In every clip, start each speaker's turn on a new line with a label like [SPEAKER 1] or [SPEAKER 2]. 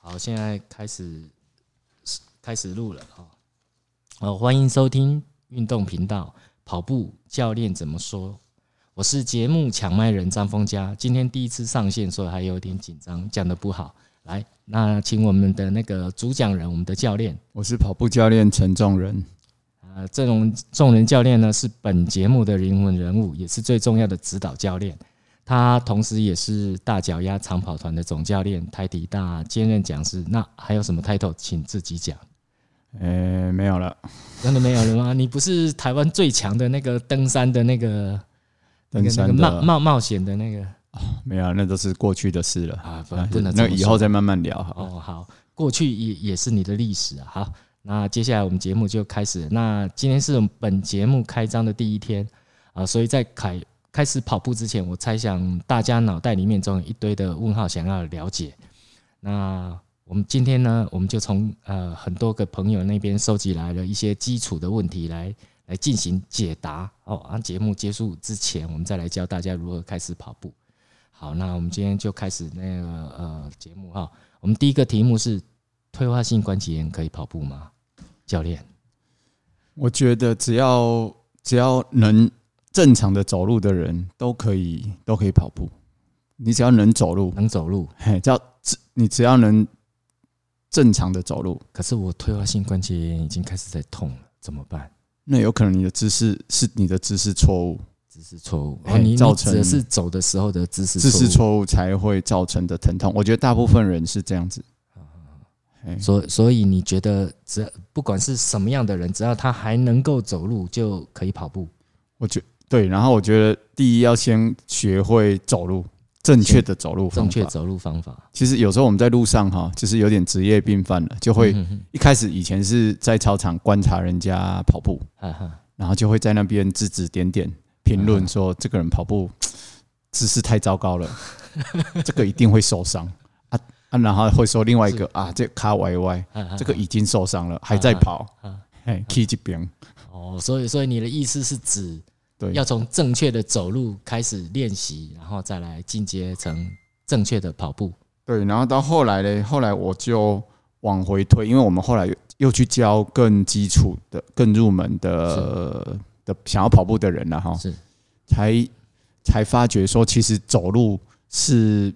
[SPEAKER 1] 好，现在开始开始录了啊！哦，欢迎收听运动频道《跑步教练怎么说》，我是节目抢麦人张峰佳。今天第一次上线，所以还有点紧张，讲的不好。来，那请我们的那个主讲人，我们的教练
[SPEAKER 2] 我是跑步教练陈仲仁，
[SPEAKER 1] 啊，这种众人教练呢，是本节目的灵魂人物，也是最重要的指导教练。他同时也是大脚丫长跑团的总教练，台体大兼任讲师。那还有什么 title，请自己讲。
[SPEAKER 2] 诶、没有了，
[SPEAKER 1] 真的没有了吗？你不是台湾最强的那个登山的那个那个那
[SPEAKER 2] 登
[SPEAKER 1] 个
[SPEAKER 2] 山
[SPEAKER 1] 冒
[SPEAKER 2] 的
[SPEAKER 1] 冒冒险的那个
[SPEAKER 2] 没有，那都是过去的事了。
[SPEAKER 1] 啊，不
[SPEAKER 2] 啊
[SPEAKER 1] 不能这
[SPEAKER 2] 那
[SPEAKER 1] 么
[SPEAKER 2] 以
[SPEAKER 1] 说
[SPEAKER 2] 后再慢慢聊好了。
[SPEAKER 1] 哦，好，过去也也是你的历史啊。好，那接下来我们节目就开始了。那今天是我们本节目开张的第一天啊，所以在开开始跑步之前，我猜想大家脑袋里面总有一堆的问号想要了解。那我们今天呢，我们就从呃很多个朋友那边收集来了一些基础的问题来来进行解答哦。啊，节目结束之前，我们再来教大家如何开始跑步。好，那我们今天就开始那个呃节目哈、我们第一个题目是：退化性关节炎可以跑步吗？教练，哦
[SPEAKER 2] 我觉得只要只要能正常的走路的人都可以都可以跑步，你只要能走路，
[SPEAKER 1] 能走路，
[SPEAKER 2] 嘿，只要只你只要能正常的走路，
[SPEAKER 1] 可是我退化性关节炎已经开始在痛了，怎么办？
[SPEAKER 2] 那有可能你的姿势是你的姿势错误，
[SPEAKER 1] 姿势错误，
[SPEAKER 2] 嘿
[SPEAKER 1] 哦，你
[SPEAKER 2] 哎造
[SPEAKER 1] 你指
[SPEAKER 2] 成
[SPEAKER 1] 的是走的时候的姿势
[SPEAKER 2] 姿势
[SPEAKER 1] 误，
[SPEAKER 2] 错误才会造成的疼痛。我觉得大部分人是这样子。
[SPEAKER 1] 啊
[SPEAKER 2] 嘿
[SPEAKER 1] 所所以你觉得只要不管是什么样的人，只要他还能够走路就可以跑步，
[SPEAKER 2] 我觉对，然后我觉得第一要先学会走路，正确的走路方
[SPEAKER 1] 正
[SPEAKER 2] 法。
[SPEAKER 1] 确走路方法
[SPEAKER 2] 其实有时候我们在路上哈，就是有点职业病犯了，就会
[SPEAKER 1] 嗯哼
[SPEAKER 2] 一开始以前是在操场观察人家跑步，
[SPEAKER 1] 哼哈哈，
[SPEAKER 2] 然后就会在那边指指点点
[SPEAKER 1] 嗯
[SPEAKER 2] 评论说这个人跑步姿势太糟糕了，这个一定会受伤啊啊，然后会说另外一个啊，这卡歪歪，
[SPEAKER 1] 哈哈
[SPEAKER 2] 这个已经受伤了，还在跑
[SPEAKER 1] 啊，
[SPEAKER 2] 哎，K 这边
[SPEAKER 1] 哦，所以所以你的意思是指
[SPEAKER 2] 对，
[SPEAKER 1] 要从正确的走路开始练习，然后再来进阶成正确的跑步。
[SPEAKER 2] 对，然后到后来嘞，后来我就往回推，因为我们后来又又去教更基础的、更入门的的想要跑步的人了哈，
[SPEAKER 1] 是
[SPEAKER 2] 才才发觉说，其实走路是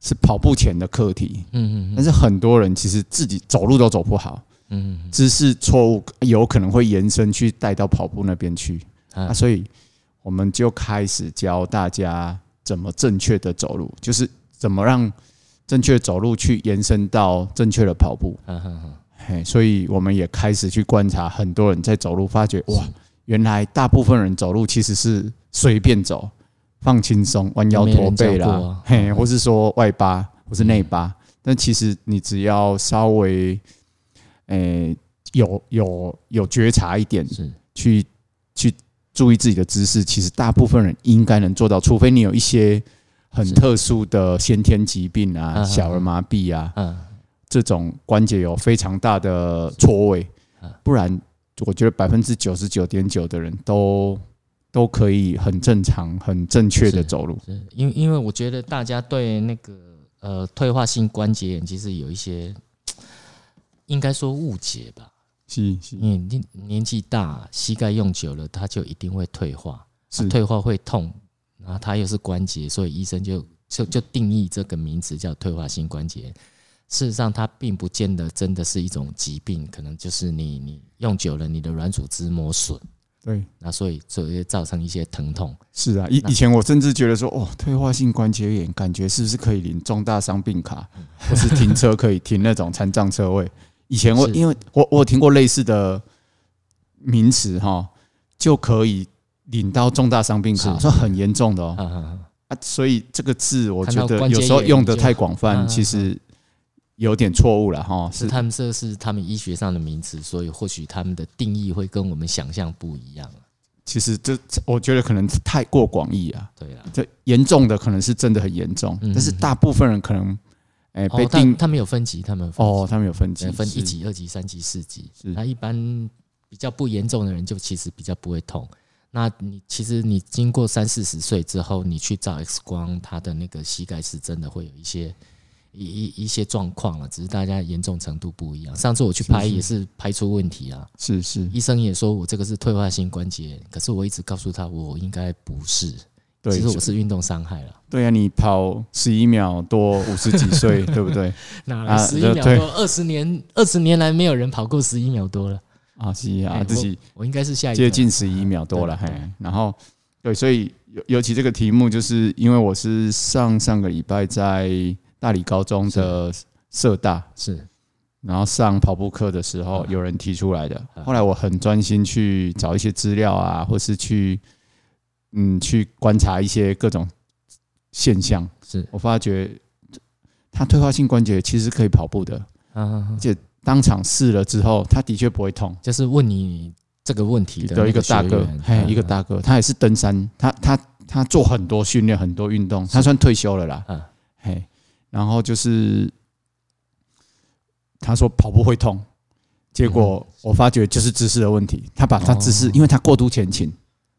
[SPEAKER 2] 是跑步前的课题，
[SPEAKER 1] 嗯嗯
[SPEAKER 2] 但是很多人其实自己走路都走不好，
[SPEAKER 1] 嗯
[SPEAKER 2] 姿势错误有可能会延伸去带到跑步那边去
[SPEAKER 1] 嗯
[SPEAKER 2] 啊，所以我们就开始教大家怎么正确的走路，就是怎么让正确的走路去延伸到正确的跑步。
[SPEAKER 1] 嗯嗯
[SPEAKER 2] 嘿，所以我们也开始去观察很多人在走路，发觉哇，原来大部分人走路其实是随便走，放轻松，弯腰
[SPEAKER 1] 没人
[SPEAKER 2] 驼背
[SPEAKER 1] 教过
[SPEAKER 2] 啦
[SPEAKER 1] 啊，
[SPEAKER 2] 嘿，
[SPEAKER 1] 嗯
[SPEAKER 2] 或是说外八或是内八，但其实你只要稍微，诶、有有有觉察一点，
[SPEAKER 1] 是
[SPEAKER 2] 去去注意自己的姿势，其实大部分人应该能做到，除非你有一些很
[SPEAKER 1] 是
[SPEAKER 2] 特殊的先天疾病啊、
[SPEAKER 1] 嗯
[SPEAKER 2] 小儿麻痹啊，
[SPEAKER 1] 嗯
[SPEAKER 2] 这种关节有非常大的错位
[SPEAKER 1] 嗯，
[SPEAKER 2] 不然我觉得百分之九十九点九的人都都可以很正常、很正确的
[SPEAKER 1] 是
[SPEAKER 2] 走路。
[SPEAKER 1] 是，因为因为我觉得大家对那个呃退化性关节炎其实有一些应该说误解吧，
[SPEAKER 2] 是是
[SPEAKER 1] 因为年年纪大，膝盖用久了，它就一定会退化，
[SPEAKER 2] 是
[SPEAKER 1] 啊退化会痛，然后它又是关节，所以医生就就就定义这个名词叫退化性关节炎。事实上，它并不见得真的是一种疾病，可能就是你你用久了，你的软组织磨损，
[SPEAKER 2] 对，
[SPEAKER 1] 那所以就会造成一些疼痛。
[SPEAKER 2] 是啊。以
[SPEAKER 1] 那
[SPEAKER 2] 以前我甚至觉得说，哦，退化性关节炎，感觉是不是可以领重大伤病卡，
[SPEAKER 1] 嗯
[SPEAKER 2] 或是停车可以停那种残障 车位？以前我
[SPEAKER 1] 是
[SPEAKER 2] 因为我我有听过类似的名词哈，就可以领到重大伤病卡，
[SPEAKER 1] 是
[SPEAKER 2] 说很严重的哦。
[SPEAKER 1] 啊啊啊
[SPEAKER 2] 啊，所以这个字我觉
[SPEAKER 1] 看到
[SPEAKER 2] 得
[SPEAKER 1] 关
[SPEAKER 2] 有
[SPEAKER 1] 节
[SPEAKER 2] 时候
[SPEAKER 1] 炎
[SPEAKER 2] 用的
[SPEAKER 1] 就
[SPEAKER 2] 太广
[SPEAKER 1] 嗯
[SPEAKER 2] 泛，
[SPEAKER 1] 嗯
[SPEAKER 2] 其实有点错误了哈。
[SPEAKER 1] 是
[SPEAKER 2] 是，
[SPEAKER 1] 他们这是他们医学上的名词，所以或许他们的定义会跟我们想象不一样。啊
[SPEAKER 2] 其实这这我觉得可能太过广义啊。
[SPEAKER 1] 对啦，
[SPEAKER 2] 这严重的可能是真的很严重，
[SPEAKER 1] 嗯
[SPEAKER 2] 但是大部分人可能，哎，被
[SPEAKER 1] 哦，
[SPEAKER 2] 定
[SPEAKER 1] 他他们有分级，他们有分级
[SPEAKER 2] 哦，他们有分级，
[SPEAKER 1] 呃分
[SPEAKER 2] 是
[SPEAKER 1] 一，级、二级、三级、四级。
[SPEAKER 2] 是
[SPEAKER 1] 那一般比较不严重的人，就其实比较不会痛。那你其实你经过三四十岁之后，你去照 X 光，他的那个膝盖是真的会有一些一一一一些状况啊了，只是大家严重程度不一样。上次我去拍
[SPEAKER 2] 是是
[SPEAKER 1] 也是拍出问题啊，
[SPEAKER 2] 是是，
[SPEAKER 1] 医生也说我这个是退化性关节炎，可是我一直告诉他我应该不是，
[SPEAKER 2] 对
[SPEAKER 1] 其实我是运动伤害了。
[SPEAKER 2] 对啊，你跑十一秒多五十几 岁，对不对？
[SPEAKER 1] 哪
[SPEAKER 2] 啊
[SPEAKER 1] 来十一
[SPEAKER 2] 对
[SPEAKER 1] 秒多？二十年二十年来没有人跑过十一秒多了
[SPEAKER 2] 啊，是啊，
[SPEAKER 1] 哎
[SPEAKER 2] 自己
[SPEAKER 1] 我应该是下一个
[SPEAKER 2] 接近十一秒多了，嘿
[SPEAKER 1] 啊对对对，
[SPEAKER 2] 然后对，所以尤尤其这个题目，就是因为我是上上个礼拜在大理高中的社大，
[SPEAKER 1] 是
[SPEAKER 2] 然后上跑步课的时候，
[SPEAKER 1] 嗯
[SPEAKER 2] 有人提出来的。
[SPEAKER 1] 嗯
[SPEAKER 2] 后来我很专心去找一些资料啊，或是去嗯去观察一些各种现象，
[SPEAKER 1] 是
[SPEAKER 2] 我发觉它退化性关节其实可以跑步的。
[SPEAKER 1] 啊，
[SPEAKER 2] 当场试了之后，它的确不会痛。
[SPEAKER 1] 就是问你这个问题的
[SPEAKER 2] 有
[SPEAKER 1] 那
[SPEAKER 2] 一个大
[SPEAKER 1] 学
[SPEAKER 2] 哥
[SPEAKER 1] 员，
[SPEAKER 2] 嘿，
[SPEAKER 1] 嗯
[SPEAKER 2] 一个大哥，他也是登山，他他他做很多训练，很多运动，他算退休了啦
[SPEAKER 1] 嗯，
[SPEAKER 2] 嘿，然后就是他说跑步会痛，结果我发觉就是姿势的问题，他把他姿势，
[SPEAKER 1] 嗯哦
[SPEAKER 2] 因为他过度前倾，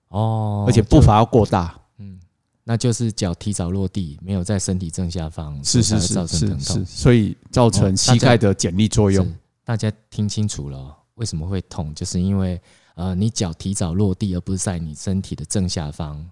[SPEAKER 1] 哦，
[SPEAKER 2] 而且步伐要过大，
[SPEAKER 1] 嗯，那就是脚提早落地，没有在身体正下方，
[SPEAKER 2] 是
[SPEAKER 1] 所
[SPEAKER 2] 是
[SPEAKER 1] 以才会
[SPEAKER 2] 是
[SPEAKER 1] 造成
[SPEAKER 2] 是
[SPEAKER 1] 疼
[SPEAKER 2] 是，
[SPEAKER 1] 痛。
[SPEAKER 2] 所以造成
[SPEAKER 1] 哦
[SPEAKER 2] 膝盖的剪力作用
[SPEAKER 1] 是，大家听清楚了哦，为什么会痛？就是因为呃，你脚提早落地，而不是在你身体的正下方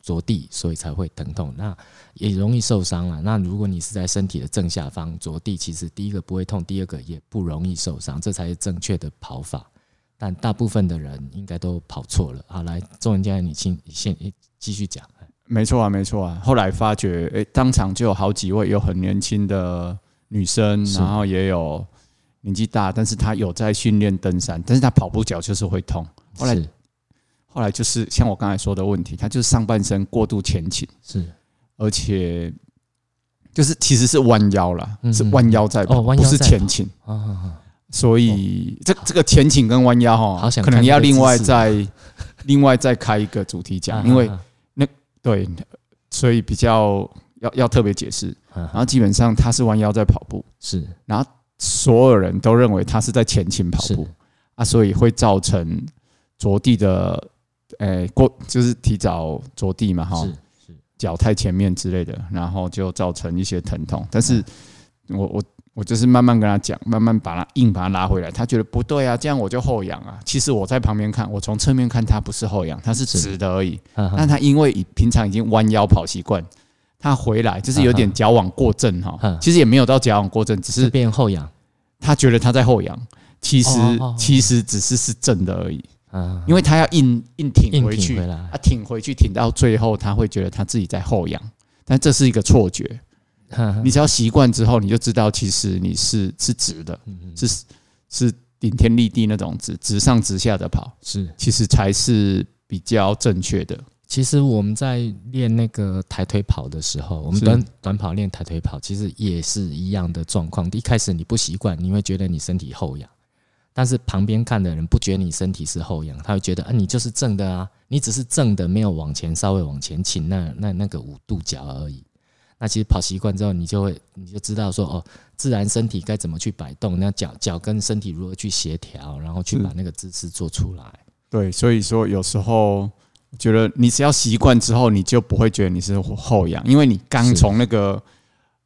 [SPEAKER 1] 着地，所以才会疼痛。那也容易受伤了。那如果你是在身体的正下方着地，其实第一个不会痛，第二个也不容易受伤，这才是正确的跑法。但大部分的人应该都跑错了。好，来，中文教练，你请你先你继续讲。
[SPEAKER 2] 没错啊，没错啊。后来发觉，诶，当场就有好几位有很年轻的女生，
[SPEAKER 1] 是
[SPEAKER 2] 然后也有年纪大，但是她有在训练登山，但是她跑步脚就是会痛。后来
[SPEAKER 1] 是
[SPEAKER 2] 后来就是像我刚才说的问题，她就是上半身过度前倾，
[SPEAKER 1] 是
[SPEAKER 2] 而且就是其实是弯腰啦，
[SPEAKER 1] 嗯
[SPEAKER 2] 是弯腰在跑，
[SPEAKER 1] 哦弯腰
[SPEAKER 2] 不是
[SPEAKER 1] 在跑
[SPEAKER 2] 前倾。
[SPEAKER 1] 啊啊啊，
[SPEAKER 2] 所以、这这个前倾跟弯腰哈
[SPEAKER 1] 好，想
[SPEAKER 2] 可能
[SPEAKER 1] 看那
[SPEAKER 2] 要
[SPEAKER 1] 个啊
[SPEAKER 2] 另
[SPEAKER 1] 姿
[SPEAKER 2] 外
[SPEAKER 1] 势
[SPEAKER 2] 再 另外再开一个主题讲，因为对，所以比较要要特别解释。
[SPEAKER 1] 然
[SPEAKER 2] 然后基本上他啊是弯腰在跑步，
[SPEAKER 1] 是
[SPEAKER 2] 所有人都认为他是在前倾跑步
[SPEAKER 1] 是
[SPEAKER 2] 啊，所以会造成着地的，诶过就是提早着地嘛哈，
[SPEAKER 1] 是
[SPEAKER 2] 脚太前面之类的，然后就造成一些疼痛。但是
[SPEAKER 1] 嗯
[SPEAKER 2] 我我我就是慢慢跟他讲，慢慢把他硬把他拉回来，他觉得不对啊，这样我就后仰啊。其实我在旁边看，我从侧面看他不是后仰，他是
[SPEAKER 1] 是
[SPEAKER 2] 直的而已。
[SPEAKER 1] 哈哈
[SPEAKER 2] 但他因为以平常已经弯腰跑习惯，他回来就是有点矫枉过正哈
[SPEAKER 1] 嗯。
[SPEAKER 2] 其实也没有到矫枉过正，只
[SPEAKER 1] 是
[SPEAKER 2] 是
[SPEAKER 1] 变后仰。啊
[SPEAKER 2] 他觉得他在后仰，其实
[SPEAKER 1] 哦哦哦
[SPEAKER 2] 其实只是是正的而已，
[SPEAKER 1] 啊，
[SPEAKER 2] 因为他要硬硬挺
[SPEAKER 1] 硬
[SPEAKER 2] 回
[SPEAKER 1] 挺
[SPEAKER 2] 去
[SPEAKER 1] 回， 来
[SPEAKER 2] 他挺回去挺到最后，他会觉得他自己在后仰，但这是一个错觉。
[SPEAKER 1] 嗯
[SPEAKER 2] 你只要习惯之后，你就知道其实你是是直的，是是顶天立地那种直直上直下的跑，
[SPEAKER 1] 是，
[SPEAKER 2] 其实才是比较正确的。
[SPEAKER 1] 其实我们在练那个抬腿跑的时候，我们
[SPEAKER 2] 是
[SPEAKER 1] 短短跑练抬腿跑，其实也是一样的状况。一开始你不习惯，你会觉得你身体后仰，但是旁边看的人不觉得你身体是后仰，他会觉得啊，你就是正的啊，你只是正的，没有往前稍微往前倾那那那个五度角而已。那其实跑习惯之后，你就会你就知道说哦，自然身体该怎么去摆动，那脚脚跟身体如何去协调，然后去
[SPEAKER 2] 是
[SPEAKER 1] 把那个姿势做出来。
[SPEAKER 2] 对，所以说有时候我觉得你只要习惯之后，你就不会觉得你是后仰，因为你刚
[SPEAKER 1] 是
[SPEAKER 2] 从那个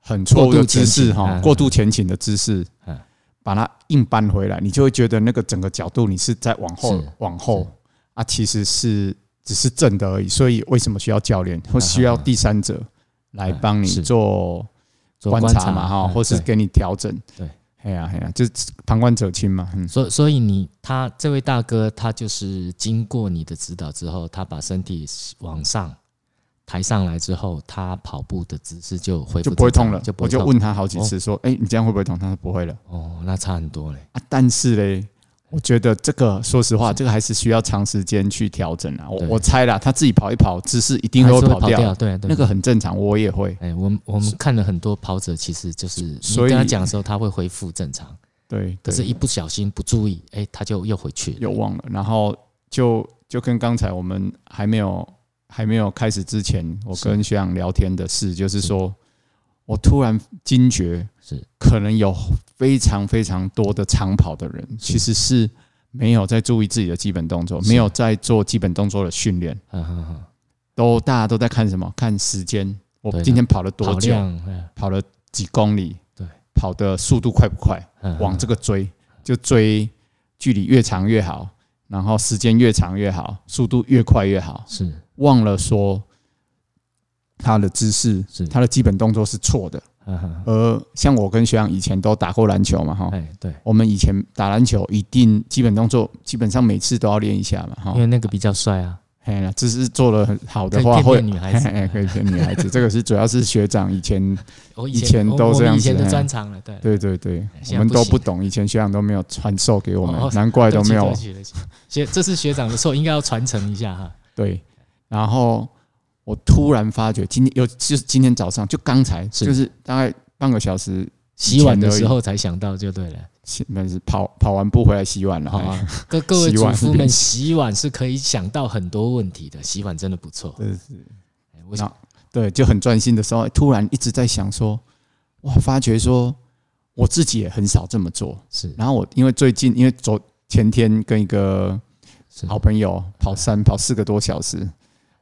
[SPEAKER 2] 很错误的姿势哈，过
[SPEAKER 1] 过
[SPEAKER 2] 度
[SPEAKER 1] 度
[SPEAKER 2] 前倾的姿势
[SPEAKER 1] 嗯，
[SPEAKER 2] 把它硬搬回来，你就会觉得那个整个角度你是在往后
[SPEAKER 1] 是
[SPEAKER 2] 往后
[SPEAKER 1] 是
[SPEAKER 2] 啊，其实是只是正的而已。所以为什么需要教练或需要
[SPEAKER 1] 嗯嗯嗯
[SPEAKER 2] 第三者来
[SPEAKER 1] 嗯
[SPEAKER 2] 帮你
[SPEAKER 1] 是
[SPEAKER 2] 做
[SPEAKER 1] 做
[SPEAKER 2] 观察嘛哈，
[SPEAKER 1] 嗯
[SPEAKER 2] 或是
[SPEAKER 1] 对
[SPEAKER 2] 给你调整？
[SPEAKER 1] 对，
[SPEAKER 2] 哎呀哎呀，就是旁观者清嘛，嗯。
[SPEAKER 1] 所以所以你他这位大哥，他就是经过你的指导之后，他把身体往上抬上来之后，他跑步的姿势就恢复
[SPEAKER 2] 就不会
[SPEAKER 1] 正常
[SPEAKER 2] 痛了。
[SPEAKER 1] 就不
[SPEAKER 2] 我
[SPEAKER 1] 会
[SPEAKER 2] 就
[SPEAKER 1] 痛。
[SPEAKER 2] 问他好几次说：“哎、你这样会不会痛？”他说：“不会了。
[SPEAKER 1] 哦，那差很多嘞。”
[SPEAKER 2] 啊，但是嘞，我觉得这个说实话，
[SPEAKER 1] 是
[SPEAKER 2] 这个还是需要长时间去调整啊。我
[SPEAKER 1] 对
[SPEAKER 2] 我猜啦，他自己跑一跑，姿势一
[SPEAKER 1] 因
[SPEAKER 2] 定
[SPEAKER 1] 为
[SPEAKER 2] 会
[SPEAKER 1] 跑
[SPEAKER 2] 跑掉，
[SPEAKER 1] 对对。
[SPEAKER 2] 那个，很正常，我也会。
[SPEAKER 1] 哎，我们我们看了很多跑者，其实就是你
[SPEAKER 2] 所以
[SPEAKER 1] 跟他讲的时候，他会恢复正常，
[SPEAKER 2] 对，
[SPEAKER 1] 可是
[SPEAKER 2] 对
[SPEAKER 1] 一不小心不注意，哎，他就又回去了。
[SPEAKER 2] 又忘了，然后就就跟刚才我们还没有还没有开始之前，我
[SPEAKER 1] 是
[SPEAKER 2] 跟学长聊天的事，就是说我突然惊觉，
[SPEAKER 1] 是
[SPEAKER 2] 可能有非常非常多的长跑的人，
[SPEAKER 1] 是
[SPEAKER 2] 其实是没有在注意自己的基本动作，
[SPEAKER 1] 是
[SPEAKER 2] 没有在做基本动作的训练，
[SPEAKER 1] 嗯嗯嗯，
[SPEAKER 2] 都大家都在看什么？看时间，我
[SPEAKER 1] 对的
[SPEAKER 2] 今天跑了多
[SPEAKER 1] 跑
[SPEAKER 2] 久？
[SPEAKER 1] 量，哎
[SPEAKER 2] 跑了几公里，
[SPEAKER 1] 对，
[SPEAKER 2] 跑的速度快不快，
[SPEAKER 1] 嗯
[SPEAKER 2] 往这个追，就追距离越长越好，然后时间越长越好，速度越快越好。
[SPEAKER 1] 是
[SPEAKER 2] 忘了说他的姿势
[SPEAKER 1] 是，
[SPEAKER 2] 他的基本动作是错的。
[SPEAKER 1] 嗯哼
[SPEAKER 2] 而像我跟学长以前都打过篮球嘛，哈，
[SPEAKER 1] 哎对，
[SPEAKER 2] 我们以前打篮球一定基本动作，基本上每次都要练一下嘛，哈
[SPEAKER 1] 因。为那个比较帅啊，
[SPEAKER 2] 哎呀，只是做的很好哦的
[SPEAKER 1] 可以
[SPEAKER 2] 话
[SPEAKER 1] 骗
[SPEAKER 2] 会
[SPEAKER 1] 骗女孩子
[SPEAKER 2] 哎，可以骗女孩子。这个是主要是学长以前，
[SPEAKER 1] 哦我以
[SPEAKER 2] 以前
[SPEAKER 1] 前
[SPEAKER 2] 都
[SPEAKER 1] 我
[SPEAKER 2] 这
[SPEAKER 1] 我
[SPEAKER 2] 样
[SPEAKER 1] 们以
[SPEAKER 2] 子
[SPEAKER 1] 前的
[SPEAKER 2] 嘿
[SPEAKER 1] 专长了，对
[SPEAKER 2] 对对对，我
[SPEAKER 1] 哎现在
[SPEAKER 2] 们
[SPEAKER 1] 不
[SPEAKER 2] 都
[SPEAKER 1] 行
[SPEAKER 2] 不懂，以前学长都没有传授给我
[SPEAKER 1] 哦
[SPEAKER 2] 们，难怪
[SPEAKER 1] 对
[SPEAKER 2] 都
[SPEAKER 1] 不起
[SPEAKER 2] 没
[SPEAKER 1] 对
[SPEAKER 2] 有
[SPEAKER 1] 不起对不起学这是学长的错，应该要传承一下哈。
[SPEAKER 2] 对，然后我突然发觉，今天有就是今天早上，就刚才，
[SPEAKER 1] 是
[SPEAKER 2] 就是大概半个小时，
[SPEAKER 1] 洗碗的时候才想到就对了。
[SPEAKER 2] 洗那是跑跑完步回来洗碗了。
[SPEAKER 1] 好
[SPEAKER 2] 好
[SPEAKER 1] 啊
[SPEAKER 2] 吧？，
[SPEAKER 1] 各各位
[SPEAKER 2] 哎洗
[SPEAKER 1] 主
[SPEAKER 2] 碗
[SPEAKER 1] 妇
[SPEAKER 2] 练
[SPEAKER 1] 们，洗碗是可以想到很多问题的，洗碗真的不错。
[SPEAKER 2] 对
[SPEAKER 1] 哎我想
[SPEAKER 2] 对，就很专心的时候，突然一直在想说，哇，发觉说我自己也很少这么做。
[SPEAKER 1] 是
[SPEAKER 2] 然后我因为最近，因为昨前天跟一个
[SPEAKER 1] 是
[SPEAKER 2] 好朋友跑山，跑四个多小时，
[SPEAKER 1] 嗯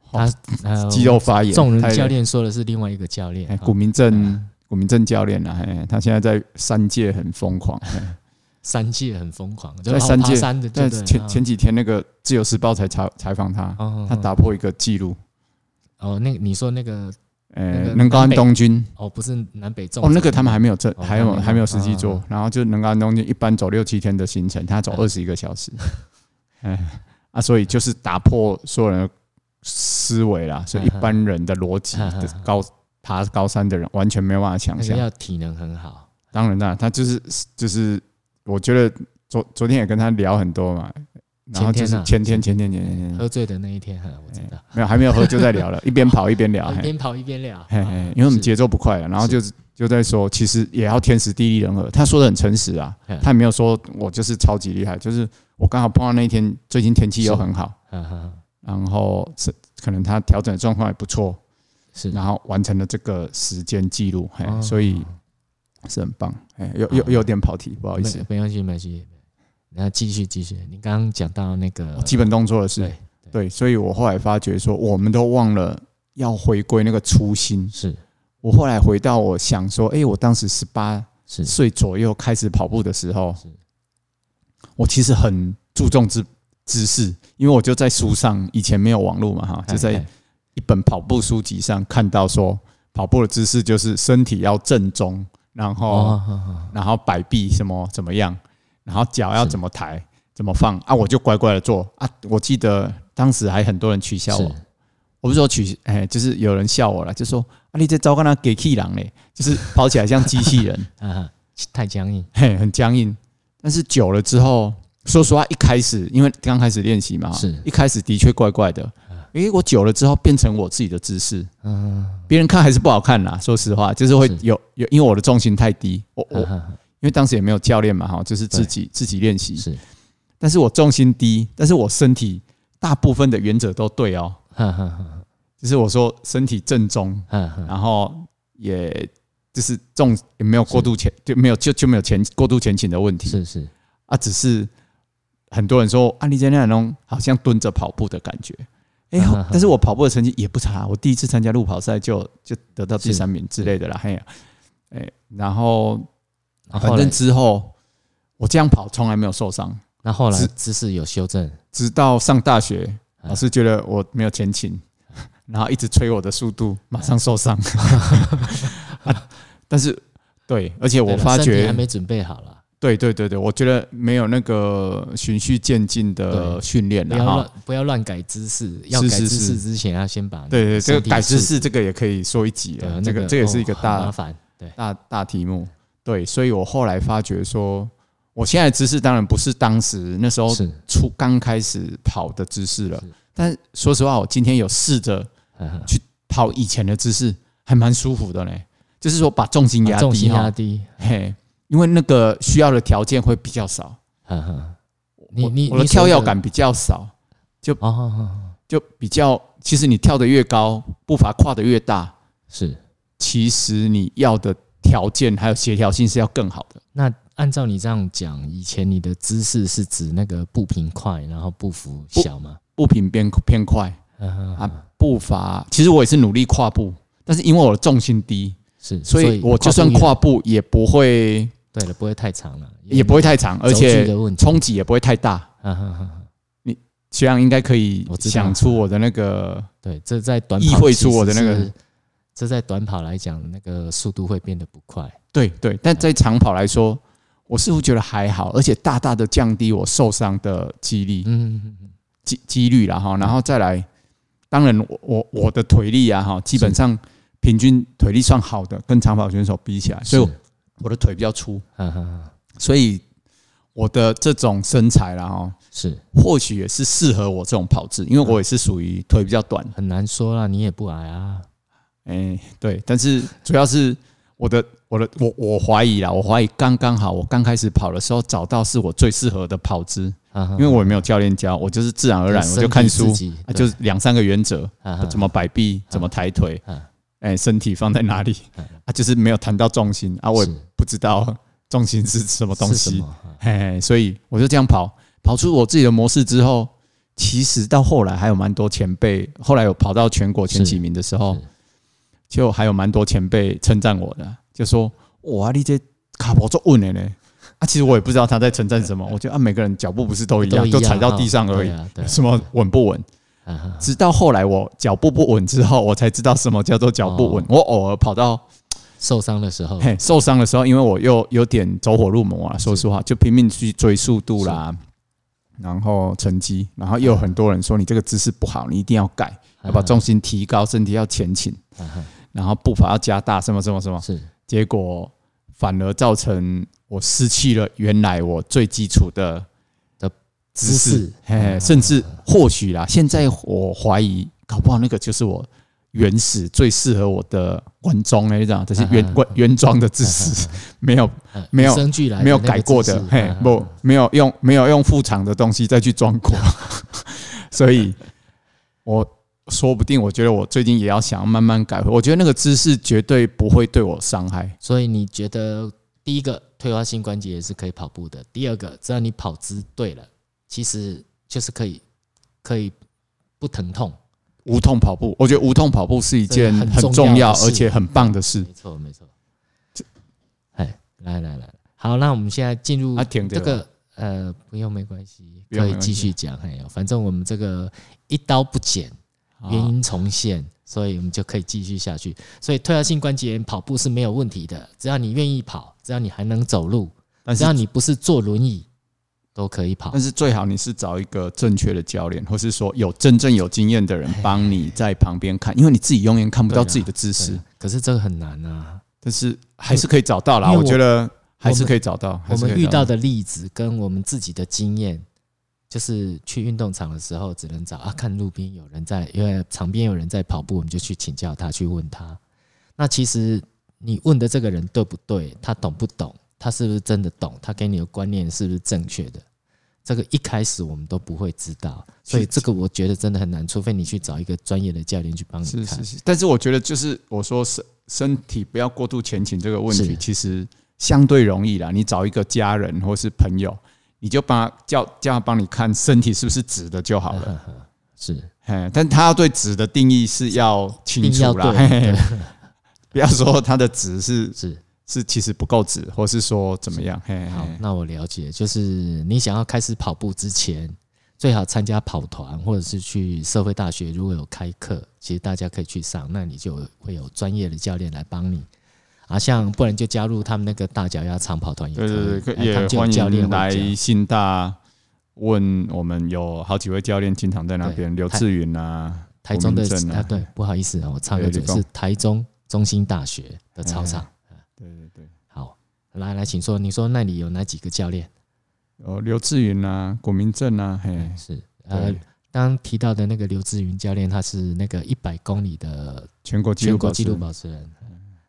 [SPEAKER 1] 他呃
[SPEAKER 2] 肌肉发炎，
[SPEAKER 1] 众人
[SPEAKER 2] 太
[SPEAKER 1] 教练说的是另外一个教练
[SPEAKER 2] 哎，
[SPEAKER 1] 啊
[SPEAKER 2] 古明正，古明正教练啊，哎，他现在在三界很疯狂。哎
[SPEAKER 1] 三界很疯狂，就
[SPEAKER 2] 在
[SPEAKER 1] 是
[SPEAKER 2] 三
[SPEAKER 1] 爬
[SPEAKER 2] 界
[SPEAKER 1] 山的，对
[SPEAKER 2] 但
[SPEAKER 1] 不对
[SPEAKER 2] 前
[SPEAKER 1] 啊
[SPEAKER 2] 前几天那个《自由时报》才采采访他，
[SPEAKER 1] 哦
[SPEAKER 2] 他打破一个记录，
[SPEAKER 1] 哦，那个你说那个那
[SPEAKER 2] 呃
[SPEAKER 1] 个，
[SPEAKER 2] 能高安
[SPEAKER 1] 南北
[SPEAKER 2] 东军
[SPEAKER 1] 哦，不是南北纵
[SPEAKER 2] 哦，那个他们还没有这
[SPEAKER 1] 哦
[SPEAKER 2] 还
[SPEAKER 1] 还
[SPEAKER 2] 有
[SPEAKER 1] 没有
[SPEAKER 2] 还没有实际做
[SPEAKER 1] 啊，
[SPEAKER 2] 然后就能高安东军一般走六七天的行程，
[SPEAKER 1] 嗯
[SPEAKER 2] 他走二十一个小时， 哎啊，所以就是打破所有人的思维啦，
[SPEAKER 1] 嗯
[SPEAKER 2] 所以一般人的逻辑
[SPEAKER 1] 嗯嗯
[SPEAKER 2] 的高爬高山的人完全没有办法想
[SPEAKER 1] 那个
[SPEAKER 2] 象。
[SPEAKER 1] 要体能很好，
[SPEAKER 2] 当然啦，他就是就是，我觉得昨昨天也跟他聊很多嘛。然后就是前
[SPEAKER 1] 前
[SPEAKER 2] 天
[SPEAKER 1] 天啊
[SPEAKER 2] 前天前天前天
[SPEAKER 1] 喝醉的那一天，哈，我知道，
[SPEAKER 2] 没有，还没有喝就在 聊了，一边跑一边聊，
[SPEAKER 1] 啊一
[SPEAKER 2] 嘿
[SPEAKER 1] 边跑一边聊，
[SPEAKER 2] 嘿
[SPEAKER 1] 啊
[SPEAKER 2] 嘿，因为我们
[SPEAKER 1] 是
[SPEAKER 2] 节奏不快啊了，然后就是就在说，其实也要天时地利人和。他说的很诚实啊
[SPEAKER 1] 嗯，
[SPEAKER 2] 他也没有说我就是超级厉害，就是我刚好碰到那一天，最近天气又很好，
[SPEAKER 1] 啊啊
[SPEAKER 2] 然后是可能他调整的状况也不错，
[SPEAKER 1] 是
[SPEAKER 2] 然后完成了这个时间记录，嘿，
[SPEAKER 1] 哦
[SPEAKER 2] 所以是很棒。哎，有有有点跑题，不好意思
[SPEAKER 1] 没，没关系没关系，那继续继续，你刚刚讲到那个
[SPEAKER 2] 基本动作的事
[SPEAKER 1] 对，
[SPEAKER 2] 对，所以我后来发觉说，我们都忘了要回归那个初心。
[SPEAKER 1] 是
[SPEAKER 2] 我后来回到我想说，诶，我当时十八
[SPEAKER 1] 是
[SPEAKER 2] 岁左右开始跑步的时候
[SPEAKER 1] 是，
[SPEAKER 2] 我其实很注重姿姿势，因为我就在书上，以前没有网络嘛哈，就在
[SPEAKER 1] 哎
[SPEAKER 2] 一本跑步书籍上看到说，跑步的姿势就是身体要正中，然
[SPEAKER 1] 哦
[SPEAKER 2] 后
[SPEAKER 1] 哦哦
[SPEAKER 2] 然后摆臂什么怎么样，然后脚要
[SPEAKER 1] 是
[SPEAKER 2] 怎么抬怎么放啊，我就乖乖的做啊。我记得当时还很多人取
[SPEAKER 1] 哦
[SPEAKER 2] 笑我
[SPEAKER 1] 是，
[SPEAKER 2] 我不是说取，哎、就是有人笑我了，就说啊，你这招跟他给气狼嘞，就是跑起来像机器人，
[SPEAKER 1] 啊哈太僵硬
[SPEAKER 2] 嘿，很僵硬。但是久了之后，说实话，一开始因为刚开始练习嘛，
[SPEAKER 1] 是
[SPEAKER 2] 一开始的确怪怪的，因为我久了之后变成我自己的姿势，
[SPEAKER 1] 嗯
[SPEAKER 2] 别人看还是不好看啦。说实话，就是会
[SPEAKER 1] 是
[SPEAKER 2] 有有，因为我的重心太低，我我
[SPEAKER 1] 啊
[SPEAKER 2] 因
[SPEAKER 1] 哈
[SPEAKER 2] 为当时也没有教练嘛，哈，就是自己自己练习，
[SPEAKER 1] 是
[SPEAKER 2] 但是我重心低，但是我身体大部分的原则都对哦，
[SPEAKER 1] 哈哈哈
[SPEAKER 2] 就是我说身体正中，
[SPEAKER 1] 哈哈
[SPEAKER 2] 然后也就是重也没有过度前就没有就就没有前过度前倾的问题
[SPEAKER 1] 是是
[SPEAKER 2] 啊，只是很多人说啊，你在那种好像蹲着跑步的感觉。 哎、
[SPEAKER 1] 啊哈哈
[SPEAKER 2] 但是我跑步的成绩也不差，我第一次参加路跑赛就就得到第
[SPEAKER 1] 是
[SPEAKER 2] 三名之类的啦，嘿呀、哎、然后
[SPEAKER 1] 然后
[SPEAKER 2] 反
[SPEAKER 1] 后
[SPEAKER 2] 正
[SPEAKER 1] 来
[SPEAKER 2] 之后我这样跑从来没有受伤，
[SPEAKER 1] 那后来
[SPEAKER 2] 只
[SPEAKER 1] 姿势有修正
[SPEAKER 2] 直到上大学，
[SPEAKER 1] 啊
[SPEAKER 2] 老师觉得我没有前倾， 然后一直催我的速
[SPEAKER 1] 嗯
[SPEAKER 2] 度，马上 受伤。啊但是，对，而且
[SPEAKER 1] 对
[SPEAKER 2] 我
[SPEAKER 1] 了
[SPEAKER 2] 发
[SPEAKER 1] 身体
[SPEAKER 2] 觉
[SPEAKER 1] 还，没准备好了，
[SPEAKER 2] 对对对对，我觉得没有那个循序渐进的
[SPEAKER 1] 对
[SPEAKER 2] 训练
[SPEAKER 1] 不
[SPEAKER 2] 了
[SPEAKER 1] 要
[SPEAKER 2] 哈。
[SPEAKER 1] 乱不要乱改姿势，要
[SPEAKER 2] 是
[SPEAKER 1] 改
[SPEAKER 2] 是
[SPEAKER 1] 姿
[SPEAKER 2] 是
[SPEAKER 1] 势之前要先把
[SPEAKER 2] 对对，这
[SPEAKER 1] 身
[SPEAKER 2] 个
[SPEAKER 1] 体
[SPEAKER 2] 改姿
[SPEAKER 1] 素
[SPEAKER 2] 势，这个也可以说一集
[SPEAKER 1] 对
[SPEAKER 2] 了
[SPEAKER 1] 啊，
[SPEAKER 2] 这
[SPEAKER 1] 那
[SPEAKER 2] 个这个也是一个
[SPEAKER 1] 哦很麻
[SPEAKER 2] 大
[SPEAKER 1] 烦，对
[SPEAKER 2] 大大题目。对，所以我后来发觉说，我现在的姿势当然不是当时那时候
[SPEAKER 1] 是
[SPEAKER 2] 初刚开始跑的姿势了
[SPEAKER 1] 是，
[SPEAKER 2] 但说实话，我今天有试着
[SPEAKER 1] 哈哈
[SPEAKER 2] 跑以前的姿势，还蛮舒服的嘞。就是说把重心压
[SPEAKER 1] 重
[SPEAKER 2] 低
[SPEAKER 1] 心压
[SPEAKER 2] 哈，
[SPEAKER 1] 低，
[SPEAKER 2] 嘿，因为那个需要的条件会比较少，
[SPEAKER 1] 哈哈你
[SPEAKER 2] 我
[SPEAKER 1] 嗯你
[SPEAKER 2] 我的
[SPEAKER 1] 你
[SPEAKER 2] 跳
[SPEAKER 1] 所
[SPEAKER 2] 跃
[SPEAKER 1] 的
[SPEAKER 2] 感比较少，
[SPEAKER 1] 哦哦哦哦
[SPEAKER 2] 就比较其实你跳得越高，步伐跨得越大，
[SPEAKER 1] 是
[SPEAKER 2] 其实你要的条件还有协调性是要更好的。
[SPEAKER 1] 那按照你这样讲，以前你的姿势是指那个步频快，然后步幅小吗？
[SPEAKER 2] 步频变偏快
[SPEAKER 1] 啊
[SPEAKER 2] 啊，步伐其实我也是努力跨步，但是因为我的重心低，
[SPEAKER 1] 是，
[SPEAKER 2] 所以我就算
[SPEAKER 1] 跨
[SPEAKER 2] 跨步也不会，
[SPEAKER 1] 步也，对了，不会太长了，
[SPEAKER 2] 也不会太长，而
[SPEAKER 1] 轴距
[SPEAKER 2] 且
[SPEAKER 1] 的问题，
[SPEAKER 2] 冲击也不会太大。
[SPEAKER 1] 啊哈哈哈
[SPEAKER 2] 学长应该可以
[SPEAKER 1] 我知道
[SPEAKER 2] 想出我的那个，
[SPEAKER 1] 对，这在短
[SPEAKER 2] 意
[SPEAKER 1] 跑
[SPEAKER 2] 会
[SPEAKER 1] 其
[SPEAKER 2] 出我
[SPEAKER 1] 实
[SPEAKER 2] 的那个
[SPEAKER 1] 是，这在短跑来讲，那个速度会变得不快，
[SPEAKER 2] 对对。但在长跑来说，我似乎觉得还好，而且大大的降低我受伤的几率。
[SPEAKER 1] 嗯嗯，嗯
[SPEAKER 2] 几几率啦哈，然后再来，当然我我我的腿力啊哈，基本上平均腿力算好的，跟长跑选手比起来，所以我
[SPEAKER 1] 是嗯
[SPEAKER 2] 我的腿比较粗，
[SPEAKER 1] 哈哈哈
[SPEAKER 2] 所以我的这种身材啦哈，
[SPEAKER 1] 是
[SPEAKER 2] 或许也是适合我这种跑姿，因
[SPEAKER 1] 嗯
[SPEAKER 2] 为我也是属于腿比较短，
[SPEAKER 1] 很难说啦，你也不矮啊，
[SPEAKER 2] 哎、对，但是主要是我的我的我我怀疑啦，我怀疑刚刚好，我刚开始跑的时候找到是我最适合的跑姿，
[SPEAKER 1] 因
[SPEAKER 2] 因为我也没有教练教，我就是自然而然我就看书，啊、就是两三个原则。怎
[SPEAKER 1] 么
[SPEAKER 2] 么摆臂，怎么抬腿
[SPEAKER 1] 嗯，
[SPEAKER 2] 哎，身体放在哪里
[SPEAKER 1] 嗯
[SPEAKER 2] 啊？就是没有谈到重心啊，我也
[SPEAKER 1] 是
[SPEAKER 2] 不知道重心是什么东
[SPEAKER 1] 是什
[SPEAKER 2] 西，
[SPEAKER 1] 么啊
[SPEAKER 2] 哎，所以我就这样跑，跑出我自己的模式之后，其实到后来还有蛮多前辈，后来有跑到全国前几名的时候
[SPEAKER 1] 是是，
[SPEAKER 2] 就还有蛮多前辈称赞我的，就说哇，你这卡跑做稳的呢。啊，其实我也不知道他在称赞什么， 我觉得啊，每个人脚步不是都一
[SPEAKER 1] 都
[SPEAKER 2] 样，
[SPEAKER 1] 一
[SPEAKER 2] 都
[SPEAKER 1] 样
[SPEAKER 2] 踩到地上
[SPEAKER 1] 哦
[SPEAKER 2] 而已
[SPEAKER 1] 对啊，对啊
[SPEAKER 2] 什么稳不稳？
[SPEAKER 1] 啊哈
[SPEAKER 2] 直到后来我脚步不稳之后，我才知道什么叫做脚步
[SPEAKER 1] 哦
[SPEAKER 2] 稳。我偶尔跑到
[SPEAKER 1] 受伤的时候，
[SPEAKER 2] 嘿受伤的时候，因为我又有点走火入魔啊了，说实话，就拼命去追速度啦，然后成绩，然后又有很多人说你这个姿势不好，你一定要改，要把重心提高，身体要前倾，
[SPEAKER 1] 啊哈
[SPEAKER 2] 然后步伐要加大，什么什么什么，
[SPEAKER 1] 是
[SPEAKER 2] 结果反而造成我失去了原来我最基础的
[SPEAKER 1] 的
[SPEAKER 2] 姿
[SPEAKER 1] 姿
[SPEAKER 2] 势
[SPEAKER 1] 势，
[SPEAKER 2] 嘿，
[SPEAKER 1] 嗯
[SPEAKER 2] 甚至或许啦，现在我怀疑，搞不好那个就是我原始最适合我的文装哎，这样，这是原
[SPEAKER 1] 嗯
[SPEAKER 2] 原原装的姿势，没有
[SPEAKER 1] 啊
[SPEAKER 2] 没有
[SPEAKER 1] 与生俱来
[SPEAKER 2] 没有改过
[SPEAKER 1] 那个，
[SPEAKER 2] 的
[SPEAKER 1] 姿势
[SPEAKER 2] 嘿
[SPEAKER 1] 啊，哈
[SPEAKER 2] 不，没有用没有用副厂的东西再去装过，
[SPEAKER 1] 嗯
[SPEAKER 2] 所以我说不定，我觉得我最近也要想要慢慢改回，我觉得那个姿势绝对不会对我伤害。
[SPEAKER 1] 所以你觉得第一个退化性关节也是可以跑步的，第二个只要你跑姿对了，其实就是可以可以不疼痛。
[SPEAKER 2] 无痛跑步，我觉得无痛跑步是一件
[SPEAKER 1] 这个很
[SPEAKER 2] 很
[SPEAKER 1] 重
[SPEAKER 2] 重
[SPEAKER 1] 要
[SPEAKER 2] 要
[SPEAKER 1] 的事
[SPEAKER 2] 而且很棒的事
[SPEAKER 1] 没错，没错。哎，来来来，好，那我们现在进入
[SPEAKER 2] 啊停着
[SPEAKER 1] 嗯这个呃，不用没关系，
[SPEAKER 2] 不
[SPEAKER 1] 可
[SPEAKER 2] 用没
[SPEAKER 1] 以
[SPEAKER 2] 关系
[SPEAKER 1] 继续讲。哎，反正我们这个一刀不剪，
[SPEAKER 2] 啊。
[SPEAKER 1] 原因重现，所以我们就可以继续下去。所以退化性关节炎跑步是没有问题的，只要你愿意跑，只要你还能走路，
[SPEAKER 2] 但
[SPEAKER 1] 只要
[SPEAKER 2] 是
[SPEAKER 1] 你不是坐轮椅，都可以跑
[SPEAKER 2] 但。是最好你是找一个正确的教练，或是说有真正有经验的人帮你在旁边看，因为你自己永远看不到
[SPEAKER 1] 哎对啊
[SPEAKER 2] 自己的姿势
[SPEAKER 1] 对，可是这个很难啊。
[SPEAKER 2] 但是还是可以找到啦。
[SPEAKER 1] 因为
[SPEAKER 2] 我
[SPEAKER 1] 我
[SPEAKER 2] 觉得还是可以找到，还
[SPEAKER 1] 我
[SPEAKER 2] 是可以
[SPEAKER 1] 们遇到
[SPEAKER 2] 找
[SPEAKER 1] 的例子跟我们自己的经验，就是去运动场的时候，只能找啊，看路边有人在，因为场边有人在跑步，我们就去请教他，去问他。那其实你问的这个人对不对，他懂不懂，他是不是真的懂，他给你的观念是不是正确的？这个一开始我们都不会知道，所以
[SPEAKER 2] 是
[SPEAKER 1] 这个我觉得真的很难，除非你去找一个专业的教练去帮你
[SPEAKER 2] 是
[SPEAKER 1] 看
[SPEAKER 2] 是。是，但是我觉得就是我说身身体不要过度前倾这个问
[SPEAKER 1] 是
[SPEAKER 2] 题，其实相对容易啦。你找一个家人或是朋友，你就帮他叫叫他帮你看身体是不是直的就好了。
[SPEAKER 1] 嗯是
[SPEAKER 2] 嘿，但他要对值的定义是要清楚
[SPEAKER 1] 一定要
[SPEAKER 2] 啦，
[SPEAKER 1] 对
[SPEAKER 2] 嘿嘿不要说他的值是
[SPEAKER 1] 是，
[SPEAKER 2] 是其实不够值，或是说怎么样。嘿嘿
[SPEAKER 1] 好，
[SPEAKER 2] 嘿
[SPEAKER 1] 那我了解，就是你想要开始跑步之前，最好参加跑团，或者是去社会大学，如果有开课，其实大家可以去上，那你就会有专业的教练来帮你。啊，像不然就加入他们那个大脚丫长跑团也可
[SPEAKER 2] 对
[SPEAKER 1] 以，
[SPEAKER 2] 对对，
[SPEAKER 1] 哎他们
[SPEAKER 2] 也
[SPEAKER 1] 就有
[SPEAKER 2] 欢
[SPEAKER 1] 教练
[SPEAKER 2] 迎
[SPEAKER 1] 会
[SPEAKER 2] 来
[SPEAKER 1] 教
[SPEAKER 2] 信大问我们有好几位教练经常在那边，
[SPEAKER 1] 对
[SPEAKER 2] 刘志云啊，
[SPEAKER 1] 台中的
[SPEAKER 2] 国民政啊
[SPEAKER 1] 啊，对，不好意思啊，我插个
[SPEAKER 2] 对嗯
[SPEAKER 1] 嘴，
[SPEAKER 2] 你
[SPEAKER 1] 是
[SPEAKER 2] 说
[SPEAKER 1] 台中中心大学的操场。
[SPEAKER 2] 对对对，
[SPEAKER 1] 好，来来，请说，你说那里有哪几个教练？
[SPEAKER 2] 哦，刘志云啊，古明正啊，嘿，
[SPEAKER 1] 是呃
[SPEAKER 2] 对，，
[SPEAKER 1] 刚刚提到的那个刘志云教练，他是那个一百公里的
[SPEAKER 2] 全国纪
[SPEAKER 1] 全
[SPEAKER 2] 录
[SPEAKER 1] 国
[SPEAKER 2] 保
[SPEAKER 1] 纪
[SPEAKER 2] 持
[SPEAKER 1] 录
[SPEAKER 2] 人
[SPEAKER 1] 保持人。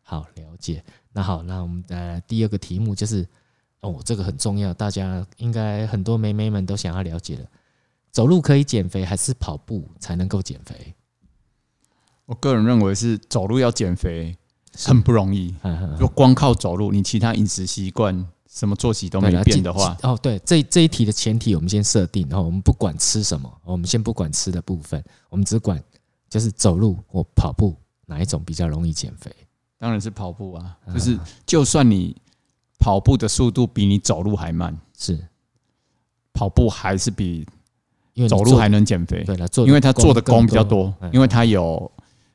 [SPEAKER 1] 好，了解。那好，那我们呃第二个题目就是，哦，这个很重要，大家应该很多妹妹们都想要了解了。走路可以减肥，还是跑步才能够减 肥？
[SPEAKER 2] 我个人认为是走路要减肥很不容易，
[SPEAKER 1] 嗯嗯嗯
[SPEAKER 2] 就光靠走路，你其他饮食习惯、什么作息都没
[SPEAKER 1] 对啦
[SPEAKER 2] 变
[SPEAKER 1] 进
[SPEAKER 2] 的话，
[SPEAKER 1] 哦，对，这这一题的前提我们先设定，然后我们不管吃什么，哦我们先不管吃的部分，我们只管就是走路或跑步哪一种比较容易减肥。
[SPEAKER 2] 当然是跑步啊，
[SPEAKER 1] 嗯
[SPEAKER 2] 就是就算你跑步的速度比你走路还慢，
[SPEAKER 1] 是
[SPEAKER 2] 跑步还是比
[SPEAKER 1] 因为你
[SPEAKER 2] 走路
[SPEAKER 1] 做
[SPEAKER 2] 还能减肥，
[SPEAKER 1] 对了，做
[SPEAKER 2] 因为他做的
[SPEAKER 1] 更
[SPEAKER 2] 功比较多
[SPEAKER 1] 嗯，
[SPEAKER 2] 因为他有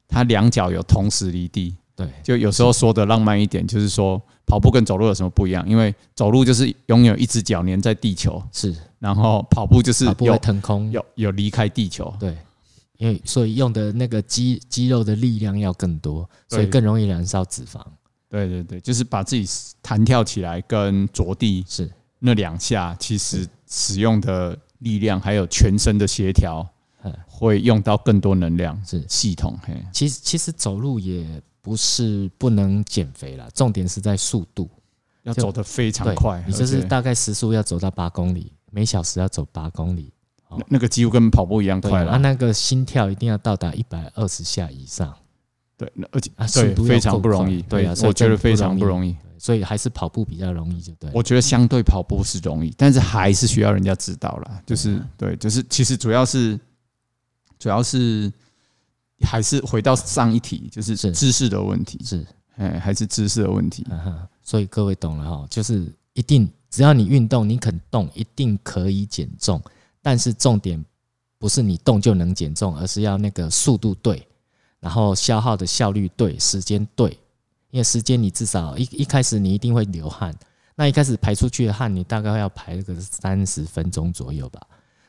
[SPEAKER 2] 他两脚有同时离地，
[SPEAKER 1] 对
[SPEAKER 2] 就有时候说的浪漫一点，就是说跑步跟走路有什么不一样？因为走路就是拥有一只脚粘在地球，
[SPEAKER 1] 是
[SPEAKER 2] 然后跑步就是
[SPEAKER 1] 跑步会
[SPEAKER 2] 有
[SPEAKER 1] 腾空，
[SPEAKER 2] 有有离开地球，
[SPEAKER 1] 对，因为所以用的那个肌肌肉的力量要更多，所以
[SPEAKER 2] 对
[SPEAKER 1] 更容易燃烧脂肪，
[SPEAKER 2] 对对对，就是把自己弹跳起来跟着地
[SPEAKER 1] 是
[SPEAKER 2] 那两下，其实使用的力量还有全身的协调
[SPEAKER 1] 嗯，
[SPEAKER 2] 会用到更多能量
[SPEAKER 1] 是。
[SPEAKER 2] 系统。嘿，
[SPEAKER 1] 其实其实走路也不是不能减肥啦，重点是在速度，
[SPEAKER 2] 要
[SPEAKER 1] 就
[SPEAKER 2] 走得非常
[SPEAKER 1] 对
[SPEAKER 2] 快，
[SPEAKER 1] 你就是
[SPEAKER 2] 而且
[SPEAKER 1] 大概时速要走到八公里，每小时要走八公里，
[SPEAKER 2] 哦那那个几乎跟跑步一样
[SPEAKER 1] 对
[SPEAKER 2] 快
[SPEAKER 1] 啊，
[SPEAKER 2] 了。
[SPEAKER 1] 那个心跳一定要到达一百二十下以上
[SPEAKER 2] 对，那而且
[SPEAKER 1] 啊，速
[SPEAKER 2] 对
[SPEAKER 1] 度要
[SPEAKER 2] 非常
[SPEAKER 1] 够
[SPEAKER 2] 不容
[SPEAKER 1] 快
[SPEAKER 2] 易，
[SPEAKER 1] 对
[SPEAKER 2] 对
[SPEAKER 1] 啊，所以
[SPEAKER 2] 我觉得非常
[SPEAKER 1] 不
[SPEAKER 2] 不
[SPEAKER 1] 容易，
[SPEAKER 2] 容易。
[SPEAKER 1] 对所以还是跑步比较容易，就对了，
[SPEAKER 2] 我觉得相对跑步是容易，但是还是需要人家指导啦。就是
[SPEAKER 1] 啊
[SPEAKER 2] 对，就是其实主要是主要是还是回到上一题，就是
[SPEAKER 1] 是
[SPEAKER 2] 知识的问题。
[SPEAKER 1] 是，
[SPEAKER 2] 哎，还是知识的问题。
[SPEAKER 1] 嗯哼，所以各位懂了哈，就是一定只要你运动，你肯动，一定可以减重，但是重点不是你动就能减重，而是要那个速度对，然后消耗的效率对，时间对，因为时间你至少一一开始你一定会流汗，那一开始排出去的汗，你大概要排个三十分钟左右吧。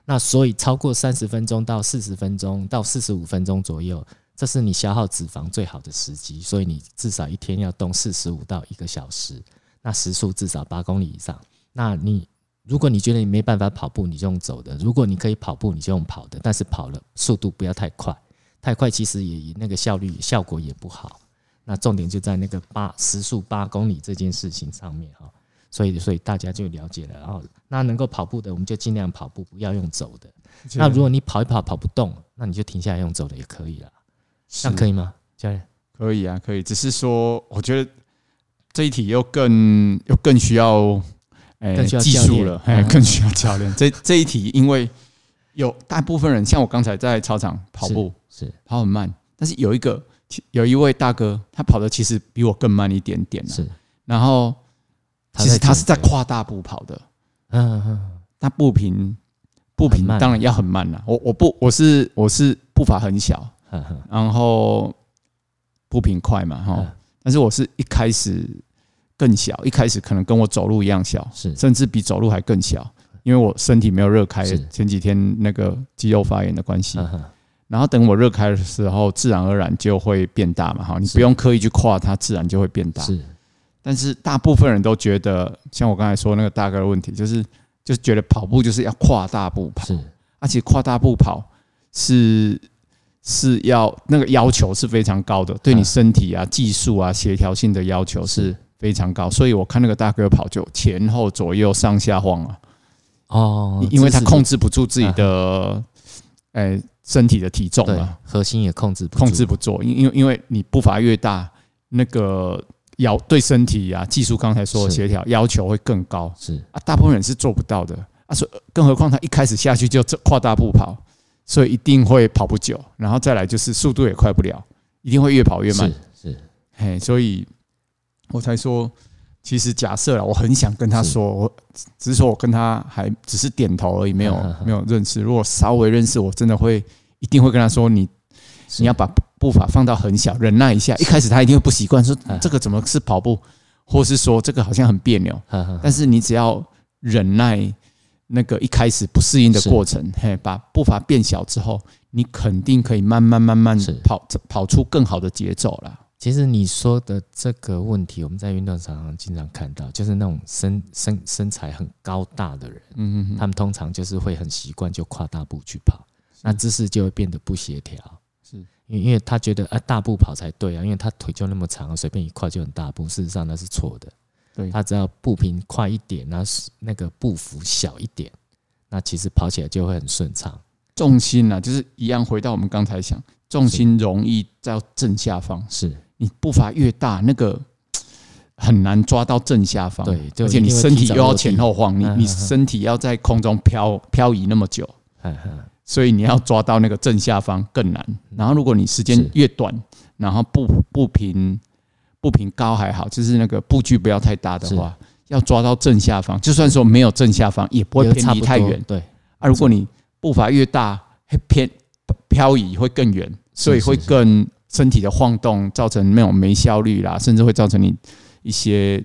[SPEAKER 1] 那所以超过三十分钟到四十分钟到四十五分钟左右，这是你消耗脂肪最好的时机，所以你至少一天要动四十五到一个小时，那时速至少八公里以上。那你如果你觉得你没办法跑步，你就用走的；如果你可以跑步，你就用跑的，但是跑了速度不要太快，太快其实也那个效率效果也不好。那重点就在那个八时速八公里这件事情上面哈，所以所以大家就了解了。然后那能够跑步的，我们就尽量跑步，不要用走的。那如果你跑一跑跑不动，那你就停下来用走的也可以了。这样可
[SPEAKER 2] 以
[SPEAKER 1] 以吗？教练，
[SPEAKER 2] 可以啊，可以。只是说，我觉得这一题又更又更需要哎
[SPEAKER 1] 更需要
[SPEAKER 2] 技
[SPEAKER 1] 教
[SPEAKER 2] 术
[SPEAKER 1] 练
[SPEAKER 2] 了，哎，
[SPEAKER 1] 嗯
[SPEAKER 2] 更需要教练。这这一题，因为有大部分人像我刚才在操场跑步，
[SPEAKER 1] 是
[SPEAKER 2] 跑很慢，但是有一个其有一位大哥，他跑的其实比我更慢一点点、啊、
[SPEAKER 1] 是，
[SPEAKER 2] 然后
[SPEAKER 1] 他
[SPEAKER 2] 其实他是在
[SPEAKER 1] 减肥，
[SPEAKER 2] 跨大步跑的，
[SPEAKER 1] 嗯嗯
[SPEAKER 2] 他步频步
[SPEAKER 1] 很
[SPEAKER 2] 频
[SPEAKER 1] 慢
[SPEAKER 2] 当然要很慢了、我我不我是我是步伐很小，
[SPEAKER 1] 嗯嗯
[SPEAKER 2] 然后步频快嘛哈。
[SPEAKER 1] 嗯，
[SPEAKER 2] 但是我是一开始更小，一开始可能跟我走路一样小，
[SPEAKER 1] 是
[SPEAKER 2] 甚至比走路还更小，因为我身体没有热开
[SPEAKER 1] 是，
[SPEAKER 2] 前几天那个肌肉发炎的关系。
[SPEAKER 1] 嗯嗯
[SPEAKER 2] 然后等我热开的时候，自然而然就会变大嘛，哈，你
[SPEAKER 1] 是
[SPEAKER 2] 不用刻意去跨它，自然就会变大。
[SPEAKER 1] 是
[SPEAKER 2] 但是大部分人都觉得，像我刚才说那个大哥的问题，就是就是觉得跑步就是要跨大步跑，
[SPEAKER 1] 是
[SPEAKER 2] 而且跨大步跑是是要那个要求是非常高的，对你身体啊、技术啊、协调性的要求是非常高。所以我看那个大哥跑就前后左右上下晃啊，
[SPEAKER 1] 哦，
[SPEAKER 2] 因为他
[SPEAKER 1] 知识
[SPEAKER 2] 控制不住自己的诶、身体的体重
[SPEAKER 1] 对
[SPEAKER 2] 啊，
[SPEAKER 1] 核心也控制不
[SPEAKER 2] 控
[SPEAKER 1] 住
[SPEAKER 2] 制不住，因因为因为你步伐越大，那个要对身体啊、技术刚才说的
[SPEAKER 1] 是
[SPEAKER 2] 协调要求会更高。
[SPEAKER 1] 是
[SPEAKER 2] 啊，大部分人是做不到的啊，所以更何况他一开始下去就这跨大步跑，所以一定会跑不久，然后再来就是速度也快不了，一定会越跑越慢
[SPEAKER 1] 是。是
[SPEAKER 2] 嘿，所以我才说，其实假设了，我很想跟他
[SPEAKER 1] 是
[SPEAKER 2] 说，我只是说我跟他还只是点头而已，没有 没有认识。如果稍微认识，我真的会一定会跟他说，你
[SPEAKER 1] 是嗯
[SPEAKER 2] 你要把步伐放到很小，忍耐一下。一开始他一定会不习惯，说
[SPEAKER 1] 嗯
[SPEAKER 2] 这个怎么是跑步，或是说这个好像很别扭。
[SPEAKER 1] 嗯嗯
[SPEAKER 2] 但是你只要忍耐那个一开始不适应的
[SPEAKER 1] 是
[SPEAKER 2] 过程，嘿，把步伐变小之后，你肯定可以慢慢慢慢
[SPEAKER 1] 是
[SPEAKER 2] 跑跑出更好的节奏啦。
[SPEAKER 1] 其实你说的这个问题，我们在运动场上经常看到，就是那种身身身材很高大的人，
[SPEAKER 2] 嗯嗯，
[SPEAKER 1] 他们通常就是会很习惯就跨大步去跑，那姿势就会变得不协调。
[SPEAKER 2] 是
[SPEAKER 1] 因为因为他觉得啊大步跑才对啊，因为他腿就那么长，随便一跨就很大步。事实上那是错的，
[SPEAKER 2] 对
[SPEAKER 1] 他只要步频快一点，然后是那个步幅小一点，那其实跑起来就会很顺畅。
[SPEAKER 2] 重心啊，就是一样回到我们刚才想，重心容易在正下方，
[SPEAKER 1] 是
[SPEAKER 2] 你步伐越大，那个。很难抓到正下方，
[SPEAKER 1] 对就
[SPEAKER 2] 而且你
[SPEAKER 1] 一定会
[SPEAKER 2] 身体
[SPEAKER 1] 提早
[SPEAKER 2] 又要
[SPEAKER 1] 落地
[SPEAKER 2] 前后晃，你
[SPEAKER 1] 嗯
[SPEAKER 2] 你
[SPEAKER 1] 嗯嗯
[SPEAKER 2] 身体要在空中漂漂移那么久，
[SPEAKER 1] 嗯嗯
[SPEAKER 2] 所以你要抓到那个正下方更难。然后如果你时间
[SPEAKER 1] 是
[SPEAKER 2] 越短，然后步步频步频高还好，就是那个步距不要太大的话，要抓到正下方，就算说没有正下方，也不会
[SPEAKER 1] 也差
[SPEAKER 2] 偏离
[SPEAKER 1] 不多
[SPEAKER 2] 太远。
[SPEAKER 1] 对，
[SPEAKER 2] 啊，如果你步伐越大，会偏漂移会更远，所以
[SPEAKER 1] 是
[SPEAKER 2] 会
[SPEAKER 1] 是是
[SPEAKER 2] 更身体的晃动，造成那种没效率啦，甚至会造成你一些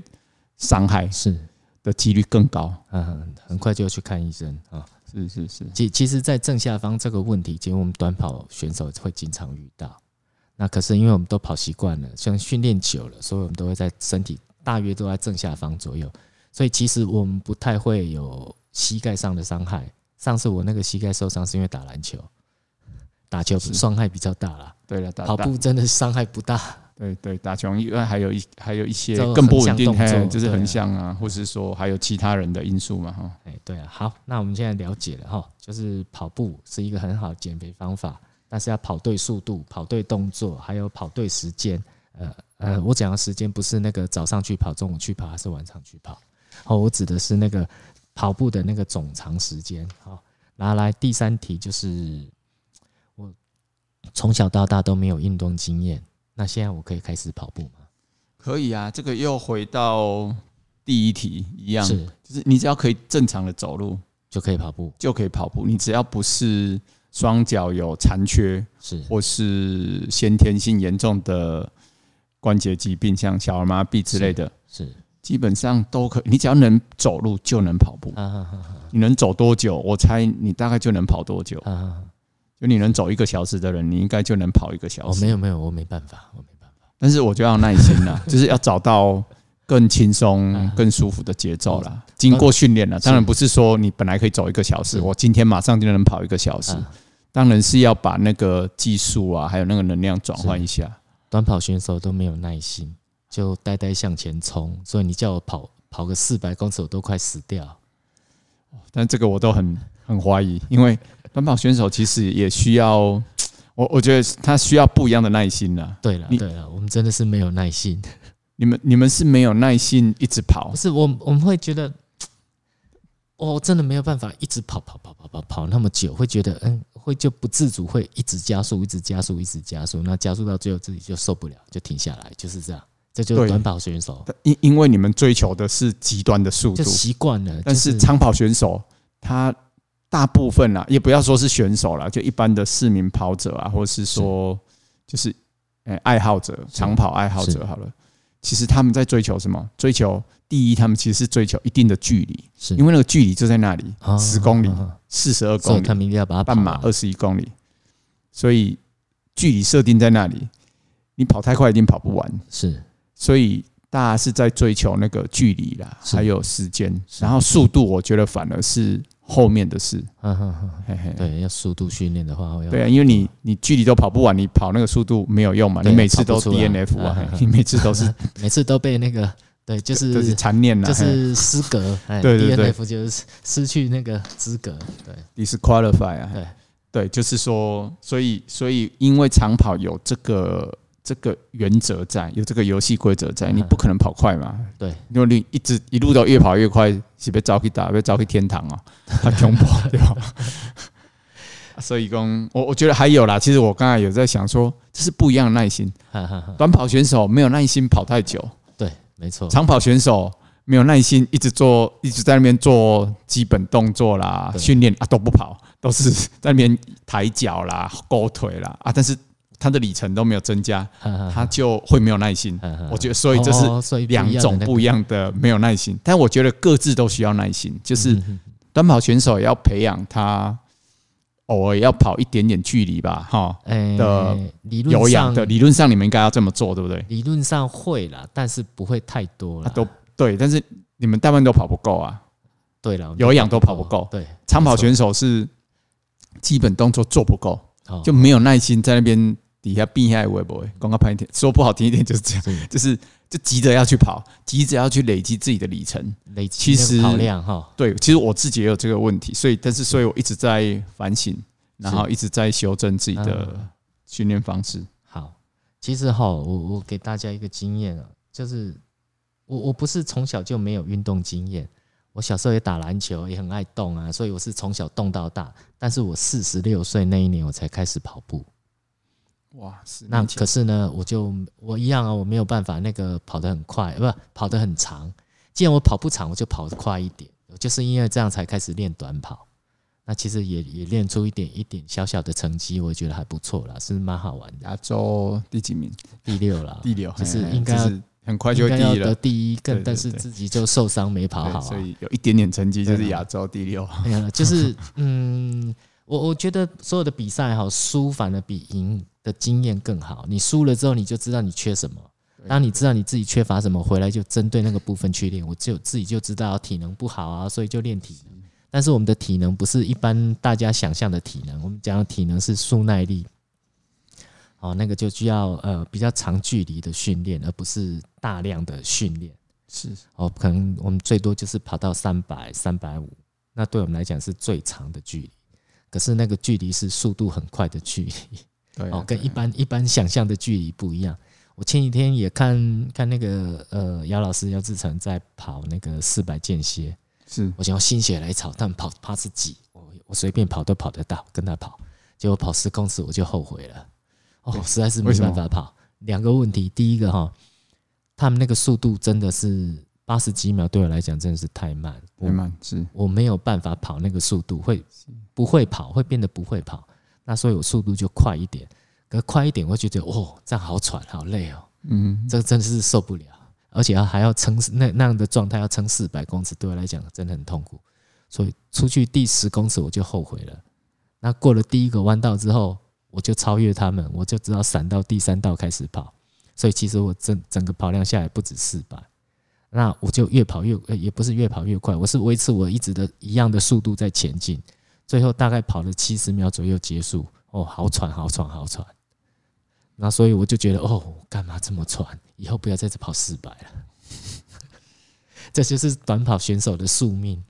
[SPEAKER 2] 伤害
[SPEAKER 1] 是，
[SPEAKER 2] 的几率更高。
[SPEAKER 1] 嗯，很快就要去看医生啊。
[SPEAKER 2] 是是是，
[SPEAKER 1] 其其实，在正下方这个问题，其实我们短跑选手会经常遇到。那可是因为我们都跑习惯了，像训练久了，所以我们都会在身体大约都在正下方左右，所以其实我们不太会有膝盖上的伤害。上次我那个膝盖受伤是因为打篮球，打球
[SPEAKER 2] 是
[SPEAKER 1] 伤害比较大啦，
[SPEAKER 2] 对了，打
[SPEAKER 1] 跑
[SPEAKER 2] 打
[SPEAKER 1] 步真的伤害不大。
[SPEAKER 2] 对对，打球因为还有一还有一些
[SPEAKER 1] 这种
[SPEAKER 2] 更不
[SPEAKER 1] 横
[SPEAKER 2] 稳
[SPEAKER 1] 向
[SPEAKER 2] 定，
[SPEAKER 1] 动作
[SPEAKER 2] 嘿，就是
[SPEAKER 1] 对啊
[SPEAKER 2] 横向啊，或是说还有其他人的因素嘛，哈。
[SPEAKER 1] 哎，对啊，好，那我们现在了解了哈，就是跑步是一个很好的减肥方法，但是要跑对速度、跑对动作，还有跑对时间。呃呃，我讲的时间不是那个早上去跑、中午去跑，还是晚上去跑，哦，我指的是那个跑步的那个总长时间。好、然后来第三题就是我从小到大都没有运动经验，那现在我可以开始跑步吗？
[SPEAKER 2] 可以啊，这个又回到第一题一样，
[SPEAKER 1] 是，
[SPEAKER 2] 就是你只要可以正常的走路
[SPEAKER 1] 就可以跑步，
[SPEAKER 2] 就可以跑步，你只要不是双脚有残缺
[SPEAKER 1] 是
[SPEAKER 2] 或是先天性严重的关节疾病，像小儿麻痹之类的，
[SPEAKER 1] 是，
[SPEAKER 2] 基本上都可以。你只要能走路就能跑步，
[SPEAKER 1] 啊啊啊
[SPEAKER 2] 你能走多久，我猜你大概就能跑多久
[SPEAKER 1] 啊。啊！
[SPEAKER 2] 就你能走一个小时的人，你应该就能跑一个小
[SPEAKER 1] 哦，
[SPEAKER 2] 时。
[SPEAKER 1] 没有没有，我没办法，我没办法。
[SPEAKER 2] 但是我觉得要耐心 啦，就是要找到更轻松
[SPEAKER 1] 嗯、哦
[SPEAKER 2] 更舒服的节奏啦。经过训练了，
[SPEAKER 1] 是嗯
[SPEAKER 2] 当然不是说你本来可以走一个小时，
[SPEAKER 1] 是
[SPEAKER 2] 我今天马上就能跑一个小时。
[SPEAKER 1] 啊
[SPEAKER 2] 当然是要把那个技术啊，还有那个能量转换一下。
[SPEAKER 1] 短跑选手都没有耐心，就呆呆向前冲，所以你叫我跑跑个四百公尺，我都快死掉。
[SPEAKER 2] 但这个我都很很怀疑，因为短跑选手其实也需要，我我觉得他需要不一样的耐心啦。
[SPEAKER 1] 对了
[SPEAKER 2] 你
[SPEAKER 1] 对了，我们真的是没有耐心，
[SPEAKER 2] 你们你们是没有耐心一直跑
[SPEAKER 1] 不，是我我们会觉得，哦我、真的没有办法一直跑跑跑跑跑跑那么久，会觉得嗯会就不自主会一直加速，一直加速，一直加速，那加速到最后自己就受不了，就停下来，就是这样。这就是
[SPEAKER 2] 对
[SPEAKER 1] 短跑选手，
[SPEAKER 2] 但因因为你们追求的是极端的速
[SPEAKER 1] 就
[SPEAKER 2] 度，
[SPEAKER 1] 习惯了。
[SPEAKER 2] 但
[SPEAKER 1] 就是
[SPEAKER 2] 长跑选手他大部分啊啦，也不要说是选手啦，就一般的市民跑者啊，或是说就是呃爱好者，
[SPEAKER 1] 是
[SPEAKER 2] 长跑爱好者
[SPEAKER 1] 是
[SPEAKER 2] 好了。其实他们在追求什么？追求第一，他们其实是追求一定的距离，
[SPEAKER 1] 是
[SPEAKER 2] 因为那个距离就在那里，
[SPEAKER 1] 嗯啊
[SPEAKER 2] 十公里
[SPEAKER 1] 啊、啊
[SPEAKER 2] 四十二
[SPEAKER 1] 所以
[SPEAKER 2] 公
[SPEAKER 1] 他
[SPEAKER 2] 里、
[SPEAKER 1] 们一定要把它
[SPEAKER 2] 半
[SPEAKER 1] 跑
[SPEAKER 2] 马
[SPEAKER 1] 完
[SPEAKER 2] 二十一公里，所以距离设定在那里，你跑太快一定跑不完。
[SPEAKER 1] 是
[SPEAKER 2] 所以大家是在追求那个距离啦，
[SPEAKER 1] 是
[SPEAKER 2] 还有时间，
[SPEAKER 1] 是
[SPEAKER 2] 然后速度，我觉得反而是后面的事。
[SPEAKER 1] 嗯哼哼哼
[SPEAKER 2] 嘿嘿，啊
[SPEAKER 1] 对，要速度训练的话，我要
[SPEAKER 2] 对啊，因为你你距离都跑不完，你跑那个速度没有用嘛，
[SPEAKER 1] 对
[SPEAKER 2] 你每次
[SPEAKER 1] 跑
[SPEAKER 2] 都
[SPEAKER 1] 不出来
[SPEAKER 2] DNF 啊，
[SPEAKER 1] 嗯
[SPEAKER 2] 嘿 你每次都是
[SPEAKER 1] 每次都被那个对，就
[SPEAKER 2] 都是
[SPEAKER 1] 是
[SPEAKER 2] 残念啦，
[SPEAKER 1] 就
[SPEAKER 2] 嘿
[SPEAKER 1] 是失格，哎
[SPEAKER 2] 对对对
[SPEAKER 1] ，DNF 就是失去那个资格，对
[SPEAKER 2] disqualify 啊。
[SPEAKER 1] 对
[SPEAKER 2] 对，就是说，所以所以因为长跑有这个这个原则在，有这个游戏规则在，
[SPEAKER 1] 嗯
[SPEAKER 2] 你不可能跑快嘛。
[SPEAKER 1] 对，
[SPEAKER 2] 因为你一直一路都越跑越快，是被招去打，被招去天堂哦，他穷跑对吧？ 啊所以讲，我我觉得还有啦。其实我刚才有在想说，这是不一样的耐心。
[SPEAKER 1] 哈哈哈，
[SPEAKER 2] 短跑选手没有耐心跑太久，
[SPEAKER 1] 对，没错，
[SPEAKER 2] 长跑选手没有耐心，一直做，一直在那边做基本动作啦、
[SPEAKER 1] 对
[SPEAKER 2] 训练啊，都不跑， 都是在那边抬脚啦、勾腿啦啊，但是他的里程都没有增加，
[SPEAKER 1] 哈哈
[SPEAKER 2] 他就会没有耐心。
[SPEAKER 1] 哈哈
[SPEAKER 2] 我觉得，所以这是
[SPEAKER 1] 嗯哦所以不一样
[SPEAKER 2] 两
[SPEAKER 1] 的
[SPEAKER 2] 种
[SPEAKER 1] 那
[SPEAKER 2] 不一样的没有耐心，但我觉得各自都需要耐心，就是
[SPEAKER 1] 嗯嗯嗯
[SPEAKER 2] 短跑选手也要培养他偶尔要跑一点点距离吧，哈。
[SPEAKER 1] 哎
[SPEAKER 2] 的
[SPEAKER 1] 理
[SPEAKER 2] 有
[SPEAKER 1] 论
[SPEAKER 2] 氧
[SPEAKER 1] 上
[SPEAKER 2] 的理论上你们应该要这么做，对不对？
[SPEAKER 1] 理论上会啦，但是不会太多
[SPEAKER 2] 啊，
[SPEAKER 1] 了，
[SPEAKER 2] 都对，但是你们大部分都跑不够啊。
[SPEAKER 1] 对了，我们
[SPEAKER 2] 有氧都跑不够
[SPEAKER 1] 对，
[SPEAKER 2] 长跑选手是基本动作做不够，
[SPEAKER 1] 哦
[SPEAKER 2] 就没有耐心在那边底下避下微博，广告拍一点，说不好听一点就是这样，
[SPEAKER 1] 是
[SPEAKER 2] 就是就急着要去跑，急着要去累积自己的里程。
[SPEAKER 1] 累积
[SPEAKER 2] 其
[SPEAKER 1] 那
[SPEAKER 2] 实
[SPEAKER 1] 个跑量哈，
[SPEAKER 2] 对，其实我自己也有这个问题，所以但是所以我一直在反省，然后一直在修正自己的
[SPEAKER 1] 嗯
[SPEAKER 2] 训练方式。
[SPEAKER 1] 好，其实哈，我我给大家一个经验啊，就是我我不是从小就没有运动经验，我小时候也打篮球，也很爱动啊，所以我是从小动到大。但是我四十六岁那一年，我才开始跑步。
[SPEAKER 2] 哇，十
[SPEAKER 1] 那
[SPEAKER 2] 年前
[SPEAKER 1] 可是呢，我就我一样啊，我没有办法那个跑得很快，呃不跑得很长。既然我跑不长，我就跑得快一点。我就是因为这样才开始练短跑。那其实也也练出一点一点小小的成绩，我觉得还不错啦，是蛮好玩的。
[SPEAKER 2] 亚洲第几名？
[SPEAKER 1] 第六啦，
[SPEAKER 2] 第六，
[SPEAKER 1] 啊就是
[SPEAKER 2] 嘿嘿
[SPEAKER 1] 应该要
[SPEAKER 2] 就是很快就
[SPEAKER 1] 应
[SPEAKER 2] 会
[SPEAKER 1] 该
[SPEAKER 2] 第
[SPEAKER 1] 要
[SPEAKER 2] 一
[SPEAKER 1] 得
[SPEAKER 2] 了。
[SPEAKER 1] 第一，更
[SPEAKER 2] 对对
[SPEAKER 1] 但是
[SPEAKER 2] 对
[SPEAKER 1] 自己就受伤没跑
[SPEAKER 2] 对
[SPEAKER 1] 好啊。
[SPEAKER 2] 所以有一点点成绩，就
[SPEAKER 1] 对
[SPEAKER 2] 是
[SPEAKER 1] 啊
[SPEAKER 2] 亚洲第六。
[SPEAKER 1] 哎 呀，就是嗯，我我觉得所有的比赛哈，输反而比赢的经验更好。你输了之后，你就知道你缺什么。
[SPEAKER 2] 对
[SPEAKER 1] 当你知道你自己缺乏什么，回来就针对那个部分去练。我就自己就知道体能不好啊，所以就练体能。但是我们的体能不是一般大家想象的体能，我们讲的体能是速耐力。哦，那个就需要呃比较长距离的训练，而不是大量的训练。
[SPEAKER 2] 是
[SPEAKER 1] 哦，可能我们最多就是跑到三百、三百五，那对我们来讲是最长的距离。可是那个距离是速度很快的距离，
[SPEAKER 2] 对啊，
[SPEAKER 1] 哦，跟
[SPEAKER 2] 对
[SPEAKER 1] 一
[SPEAKER 2] 啊
[SPEAKER 1] 般一般想象的距离不一样。我前几天也看看那个呃，姚老师姚志成在跑那个四百间歇，
[SPEAKER 2] 是
[SPEAKER 1] 我想要心血来潮，但跑八十几，我我随便跑都跑得到，跟他跑，结果跑十公尺我就后悔了，哦，实在是没
[SPEAKER 2] 为什
[SPEAKER 1] 办
[SPEAKER 2] 么
[SPEAKER 1] 法跑。两个问题，第一个哈，他们那个速度真的是八十几秒，对我来讲真的是太慢，我
[SPEAKER 2] 慢慢是
[SPEAKER 1] 我没有办法跑那个速度，会不会跑，会变得不会跑，那所以我速度就快一点，可快一点我就觉得哦，这样好喘，好累哦，
[SPEAKER 2] 嗯，
[SPEAKER 1] 这真的是受不了，而且要还要撑那那样的状态要撑四百公尺，对我来讲真的很痛苦。所以出去第十公尺我就后悔了。那过了第一个弯道之后，我就超越他们，我就知道闪到第三道开始跑。所以其实我整整个跑量下来不止四百，那我就越跑越呃也不是越跑越快，我是维持我一直的一样的速度在前进，最后大概跑了七十秒左右结束。哦，好喘，好喘，好喘。那所以我就觉得，哦，干嘛这么喘？以后不要再次跑四百了。 这就是短跑选手的宿命。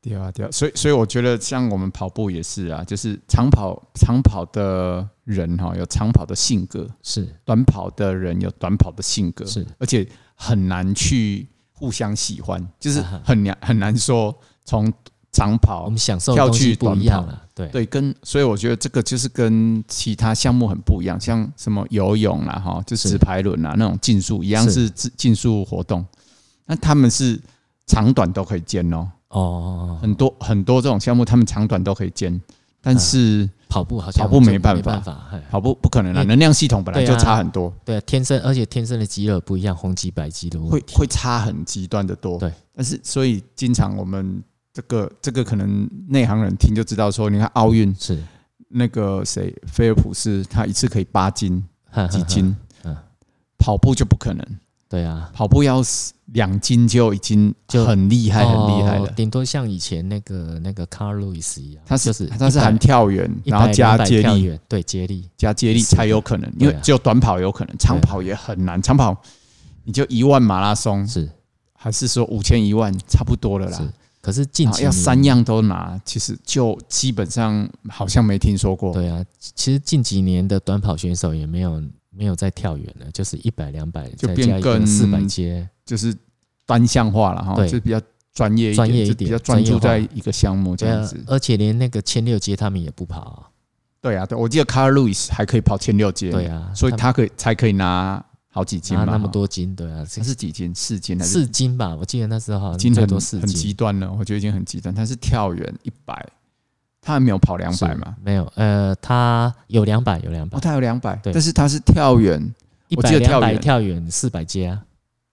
[SPEAKER 2] 对啊对啊。所以所以我觉得像我们跑步也是啊，就是长跑长跑的人哈、有长跑的性格，
[SPEAKER 1] 是
[SPEAKER 2] 短跑的人有短跑的性格，
[SPEAKER 1] 是，
[SPEAKER 2] 而且很难去互相喜欢，就是
[SPEAKER 1] 啊哈嗯
[SPEAKER 2] 很难很难说从长
[SPEAKER 1] 我
[SPEAKER 2] 跑
[SPEAKER 1] 们享受的东西不一样了。对
[SPEAKER 2] 对，跟所以我觉得这个就是跟其他项目很不一样，像什么游泳啦，哈，就是直排轮啊啦那种竞速一样
[SPEAKER 1] 是
[SPEAKER 2] 是自竞速活动，那他们是长短都可以兼哦，
[SPEAKER 1] 哦，
[SPEAKER 2] 很多很多这种项目他们长短都可以兼，但是
[SPEAKER 1] 跑步好像
[SPEAKER 2] 跑步
[SPEAKER 1] 就
[SPEAKER 2] 没
[SPEAKER 1] 没
[SPEAKER 2] 办
[SPEAKER 1] 办
[SPEAKER 2] 法
[SPEAKER 1] 法，嘿
[SPEAKER 2] 跑步不可能啦，
[SPEAKER 1] 因为
[SPEAKER 2] 能量系统本来
[SPEAKER 1] 对
[SPEAKER 2] 就
[SPEAKER 1] 啊
[SPEAKER 2] 差很多，
[SPEAKER 1] 对，天生而且天生的肌肉不一样，红肌白肌的问
[SPEAKER 2] 会
[SPEAKER 1] 题。
[SPEAKER 2] 会差很极端的多。
[SPEAKER 1] 嗯对，
[SPEAKER 2] 但是所以经常我们这个这个可能内行人听就知道说，你看奥运
[SPEAKER 1] 是
[SPEAKER 2] 那个谁菲尔普斯，他一次可以八斤几？
[SPEAKER 1] 呵呵呵
[SPEAKER 2] 斤
[SPEAKER 1] 嗯，
[SPEAKER 2] 跑步就不可能，
[SPEAKER 1] 对啊，
[SPEAKER 2] 跑步要两斤就已经
[SPEAKER 1] 就
[SPEAKER 2] 很厉害很厉害
[SPEAKER 1] 哦
[SPEAKER 2] 了。
[SPEAKER 1] 顶多像以前那个那个 Carl Lewis 一样，
[SPEAKER 2] 他
[SPEAKER 1] 就是
[SPEAKER 2] 他是
[SPEAKER 1] 100
[SPEAKER 2] 含跳远，
[SPEAKER 1] 100
[SPEAKER 2] 然后加
[SPEAKER 1] 200
[SPEAKER 2] 接
[SPEAKER 1] 跳
[SPEAKER 2] 力
[SPEAKER 1] 远，对接力，
[SPEAKER 2] 加接力
[SPEAKER 1] 是
[SPEAKER 2] 才有可能，因为
[SPEAKER 1] 对啊
[SPEAKER 2] 只有短跑有可能，长跑也很难。长跑你就一万马拉松，
[SPEAKER 1] 是
[SPEAKER 2] 还是说五千一万差不多了嗯啦
[SPEAKER 1] 是。。可是近
[SPEAKER 2] 然后
[SPEAKER 1] 期
[SPEAKER 2] 要
[SPEAKER 1] 你
[SPEAKER 2] 三样都拿，其实就基本上好像没听说过。
[SPEAKER 1] 对啊，其实近几年的短跑选手也没有没有再跳远了，就是一百、两百，
[SPEAKER 2] 就
[SPEAKER 1] 再
[SPEAKER 2] 变
[SPEAKER 1] 加一个
[SPEAKER 2] 更
[SPEAKER 1] 四百接，
[SPEAKER 2] 就是单项化了哈，
[SPEAKER 1] 对
[SPEAKER 2] 就比较专业一点，
[SPEAKER 1] 专业一
[SPEAKER 2] 就
[SPEAKER 1] 点
[SPEAKER 2] 比较专注在
[SPEAKER 1] 专业
[SPEAKER 2] 一个项目这
[SPEAKER 1] 对
[SPEAKER 2] 样
[SPEAKER 1] 啊
[SPEAKER 2] 子，。
[SPEAKER 1] 而且连那个千六接他们也不跑啊，
[SPEAKER 2] 对啊，对，我记得 Carl Lewis 还可以跑千六阶，
[SPEAKER 1] 对，啊，
[SPEAKER 2] 所以
[SPEAKER 1] 们
[SPEAKER 2] 他可以才可以拿好几斤
[SPEAKER 1] 拿
[SPEAKER 2] 嘛，
[SPEAKER 1] 那么
[SPEAKER 2] 哈，
[SPEAKER 1] 多金，对啊，
[SPEAKER 2] 他是几斤？四斤还是？
[SPEAKER 1] 四金吧，我记得那时候好像
[SPEAKER 2] 斤
[SPEAKER 1] 最
[SPEAKER 2] 很
[SPEAKER 1] 多四
[SPEAKER 2] 很极
[SPEAKER 1] 金，
[SPEAKER 2] 端了，我觉得已经很极端。他是跳远一百，他还没有跑两
[SPEAKER 1] 是
[SPEAKER 2] 百嘛？
[SPEAKER 1] 没有，呃，他有两百，有两百
[SPEAKER 2] 哦，，他有两百，
[SPEAKER 1] 对
[SPEAKER 2] 但是他是跳远
[SPEAKER 1] 一
[SPEAKER 2] 我
[SPEAKER 1] 百、
[SPEAKER 2] 记得
[SPEAKER 1] 两
[SPEAKER 2] 跳
[SPEAKER 1] 百
[SPEAKER 2] 远
[SPEAKER 1] 跳远四百接啊，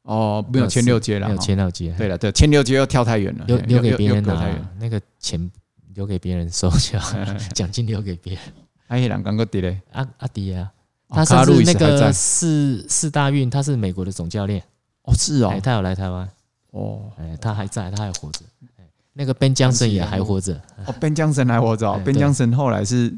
[SPEAKER 2] 哦，没有千六阶了
[SPEAKER 1] 没
[SPEAKER 2] 哈，
[SPEAKER 1] 有千六接，
[SPEAKER 2] 对了，对，千六阶又跳太远了，
[SPEAKER 1] 留
[SPEAKER 2] 嘿
[SPEAKER 1] 留给
[SPEAKER 2] 又
[SPEAKER 1] 别人
[SPEAKER 2] 又隔
[SPEAKER 1] 拿
[SPEAKER 2] 太远。
[SPEAKER 1] 啊，那个钱留给别人收去啊， 奖金留给别人，
[SPEAKER 2] 啊，迄人讲个伫咧，
[SPEAKER 1] 阿阿迪啊。
[SPEAKER 2] 哦
[SPEAKER 1] 他甚
[SPEAKER 2] 卡路
[SPEAKER 1] 至
[SPEAKER 2] 易斯
[SPEAKER 1] 那
[SPEAKER 2] 还
[SPEAKER 1] 个
[SPEAKER 2] 在
[SPEAKER 1] 四四大运，他是美国的总教练，
[SPEAKER 2] 哦，是
[SPEAKER 1] 哎，
[SPEAKER 2] 哦，
[SPEAKER 1] 他有来台湾，
[SPEAKER 2] 哦，
[SPEAKER 1] 哎，他还在，他还活着，哎，那个 Ben Johnson 也还活着，
[SPEAKER 2] 哦，边江神来我找，
[SPEAKER 1] 哎
[SPEAKER 2] 边江神后来是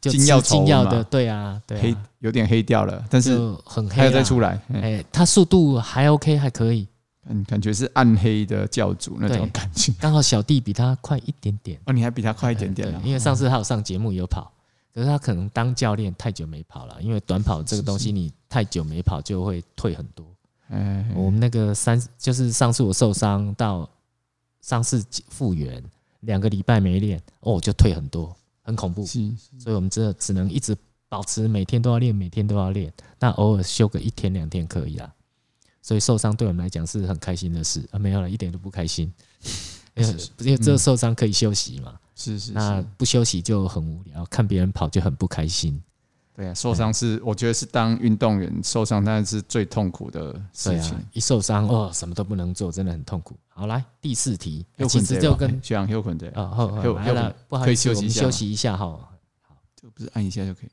[SPEAKER 1] 就
[SPEAKER 2] 金耀
[SPEAKER 1] 吃金
[SPEAKER 2] 丑
[SPEAKER 1] 耀
[SPEAKER 2] 嘛
[SPEAKER 1] 的，对啊，对
[SPEAKER 2] 黑
[SPEAKER 1] 啊，
[SPEAKER 2] 有点黑掉了，但是
[SPEAKER 1] 就很黑，
[SPEAKER 2] 还有再出，来，哎
[SPEAKER 1] 哎，他速度还 OK，还可以，
[SPEAKER 2] 嗯，感觉是暗黑的教主那种
[SPEAKER 1] 对
[SPEAKER 2] 感觉。
[SPEAKER 1] 刚好小弟比他快一点点，
[SPEAKER 2] 哦，你还比他快一点点
[SPEAKER 1] 对
[SPEAKER 2] 啊，
[SPEAKER 1] 因为上次他有上节目有跑，可是他可能当教练太久没跑了，因为短跑这个东西你太久没跑就会退很多，
[SPEAKER 2] 哎，哎
[SPEAKER 1] 我们那个三就是上次我受伤到上次复原两个礼拜没练，哦，我就退很多，很恐怖，
[SPEAKER 2] 是
[SPEAKER 1] 所以我们真的只能一直保持每天都要练，每天都要练，那偶尔休个一天两天可以啦。所以受伤对我们来讲是很开心的事啊，没有了，一点都不开心，因为
[SPEAKER 2] 是是
[SPEAKER 1] 因为这受伤可以休息嘛，
[SPEAKER 2] 是是
[SPEAKER 1] 那
[SPEAKER 2] 是，
[SPEAKER 1] 不休息就很无聊，看别人跑就很不开心。
[SPEAKER 2] 对啊，受伤
[SPEAKER 1] 嗯
[SPEAKER 2] 是我觉得是当运动员受伤，那是最痛苦的
[SPEAKER 1] 对
[SPEAKER 2] 事情
[SPEAKER 1] 啊。，一受伤哦，什么都不能做，真的很痛苦。好，来第四题，哎
[SPEAKER 2] 又
[SPEAKER 1] 啊其
[SPEAKER 2] 困
[SPEAKER 1] 实
[SPEAKER 2] 得
[SPEAKER 1] 就
[SPEAKER 2] 吧哎
[SPEAKER 1] 跟
[SPEAKER 2] 学长又困的，
[SPEAKER 1] 啊，后
[SPEAKER 2] 又
[SPEAKER 1] 来
[SPEAKER 2] 又
[SPEAKER 1] 了，不好
[SPEAKER 2] 可
[SPEAKER 1] 意
[SPEAKER 2] 以
[SPEAKER 1] 思，
[SPEAKER 2] 休
[SPEAKER 1] 我
[SPEAKER 2] 息
[SPEAKER 1] 们
[SPEAKER 2] 一下
[SPEAKER 1] 休
[SPEAKER 2] 吗
[SPEAKER 1] 息一下哈。
[SPEAKER 2] 就不是按一下就可以。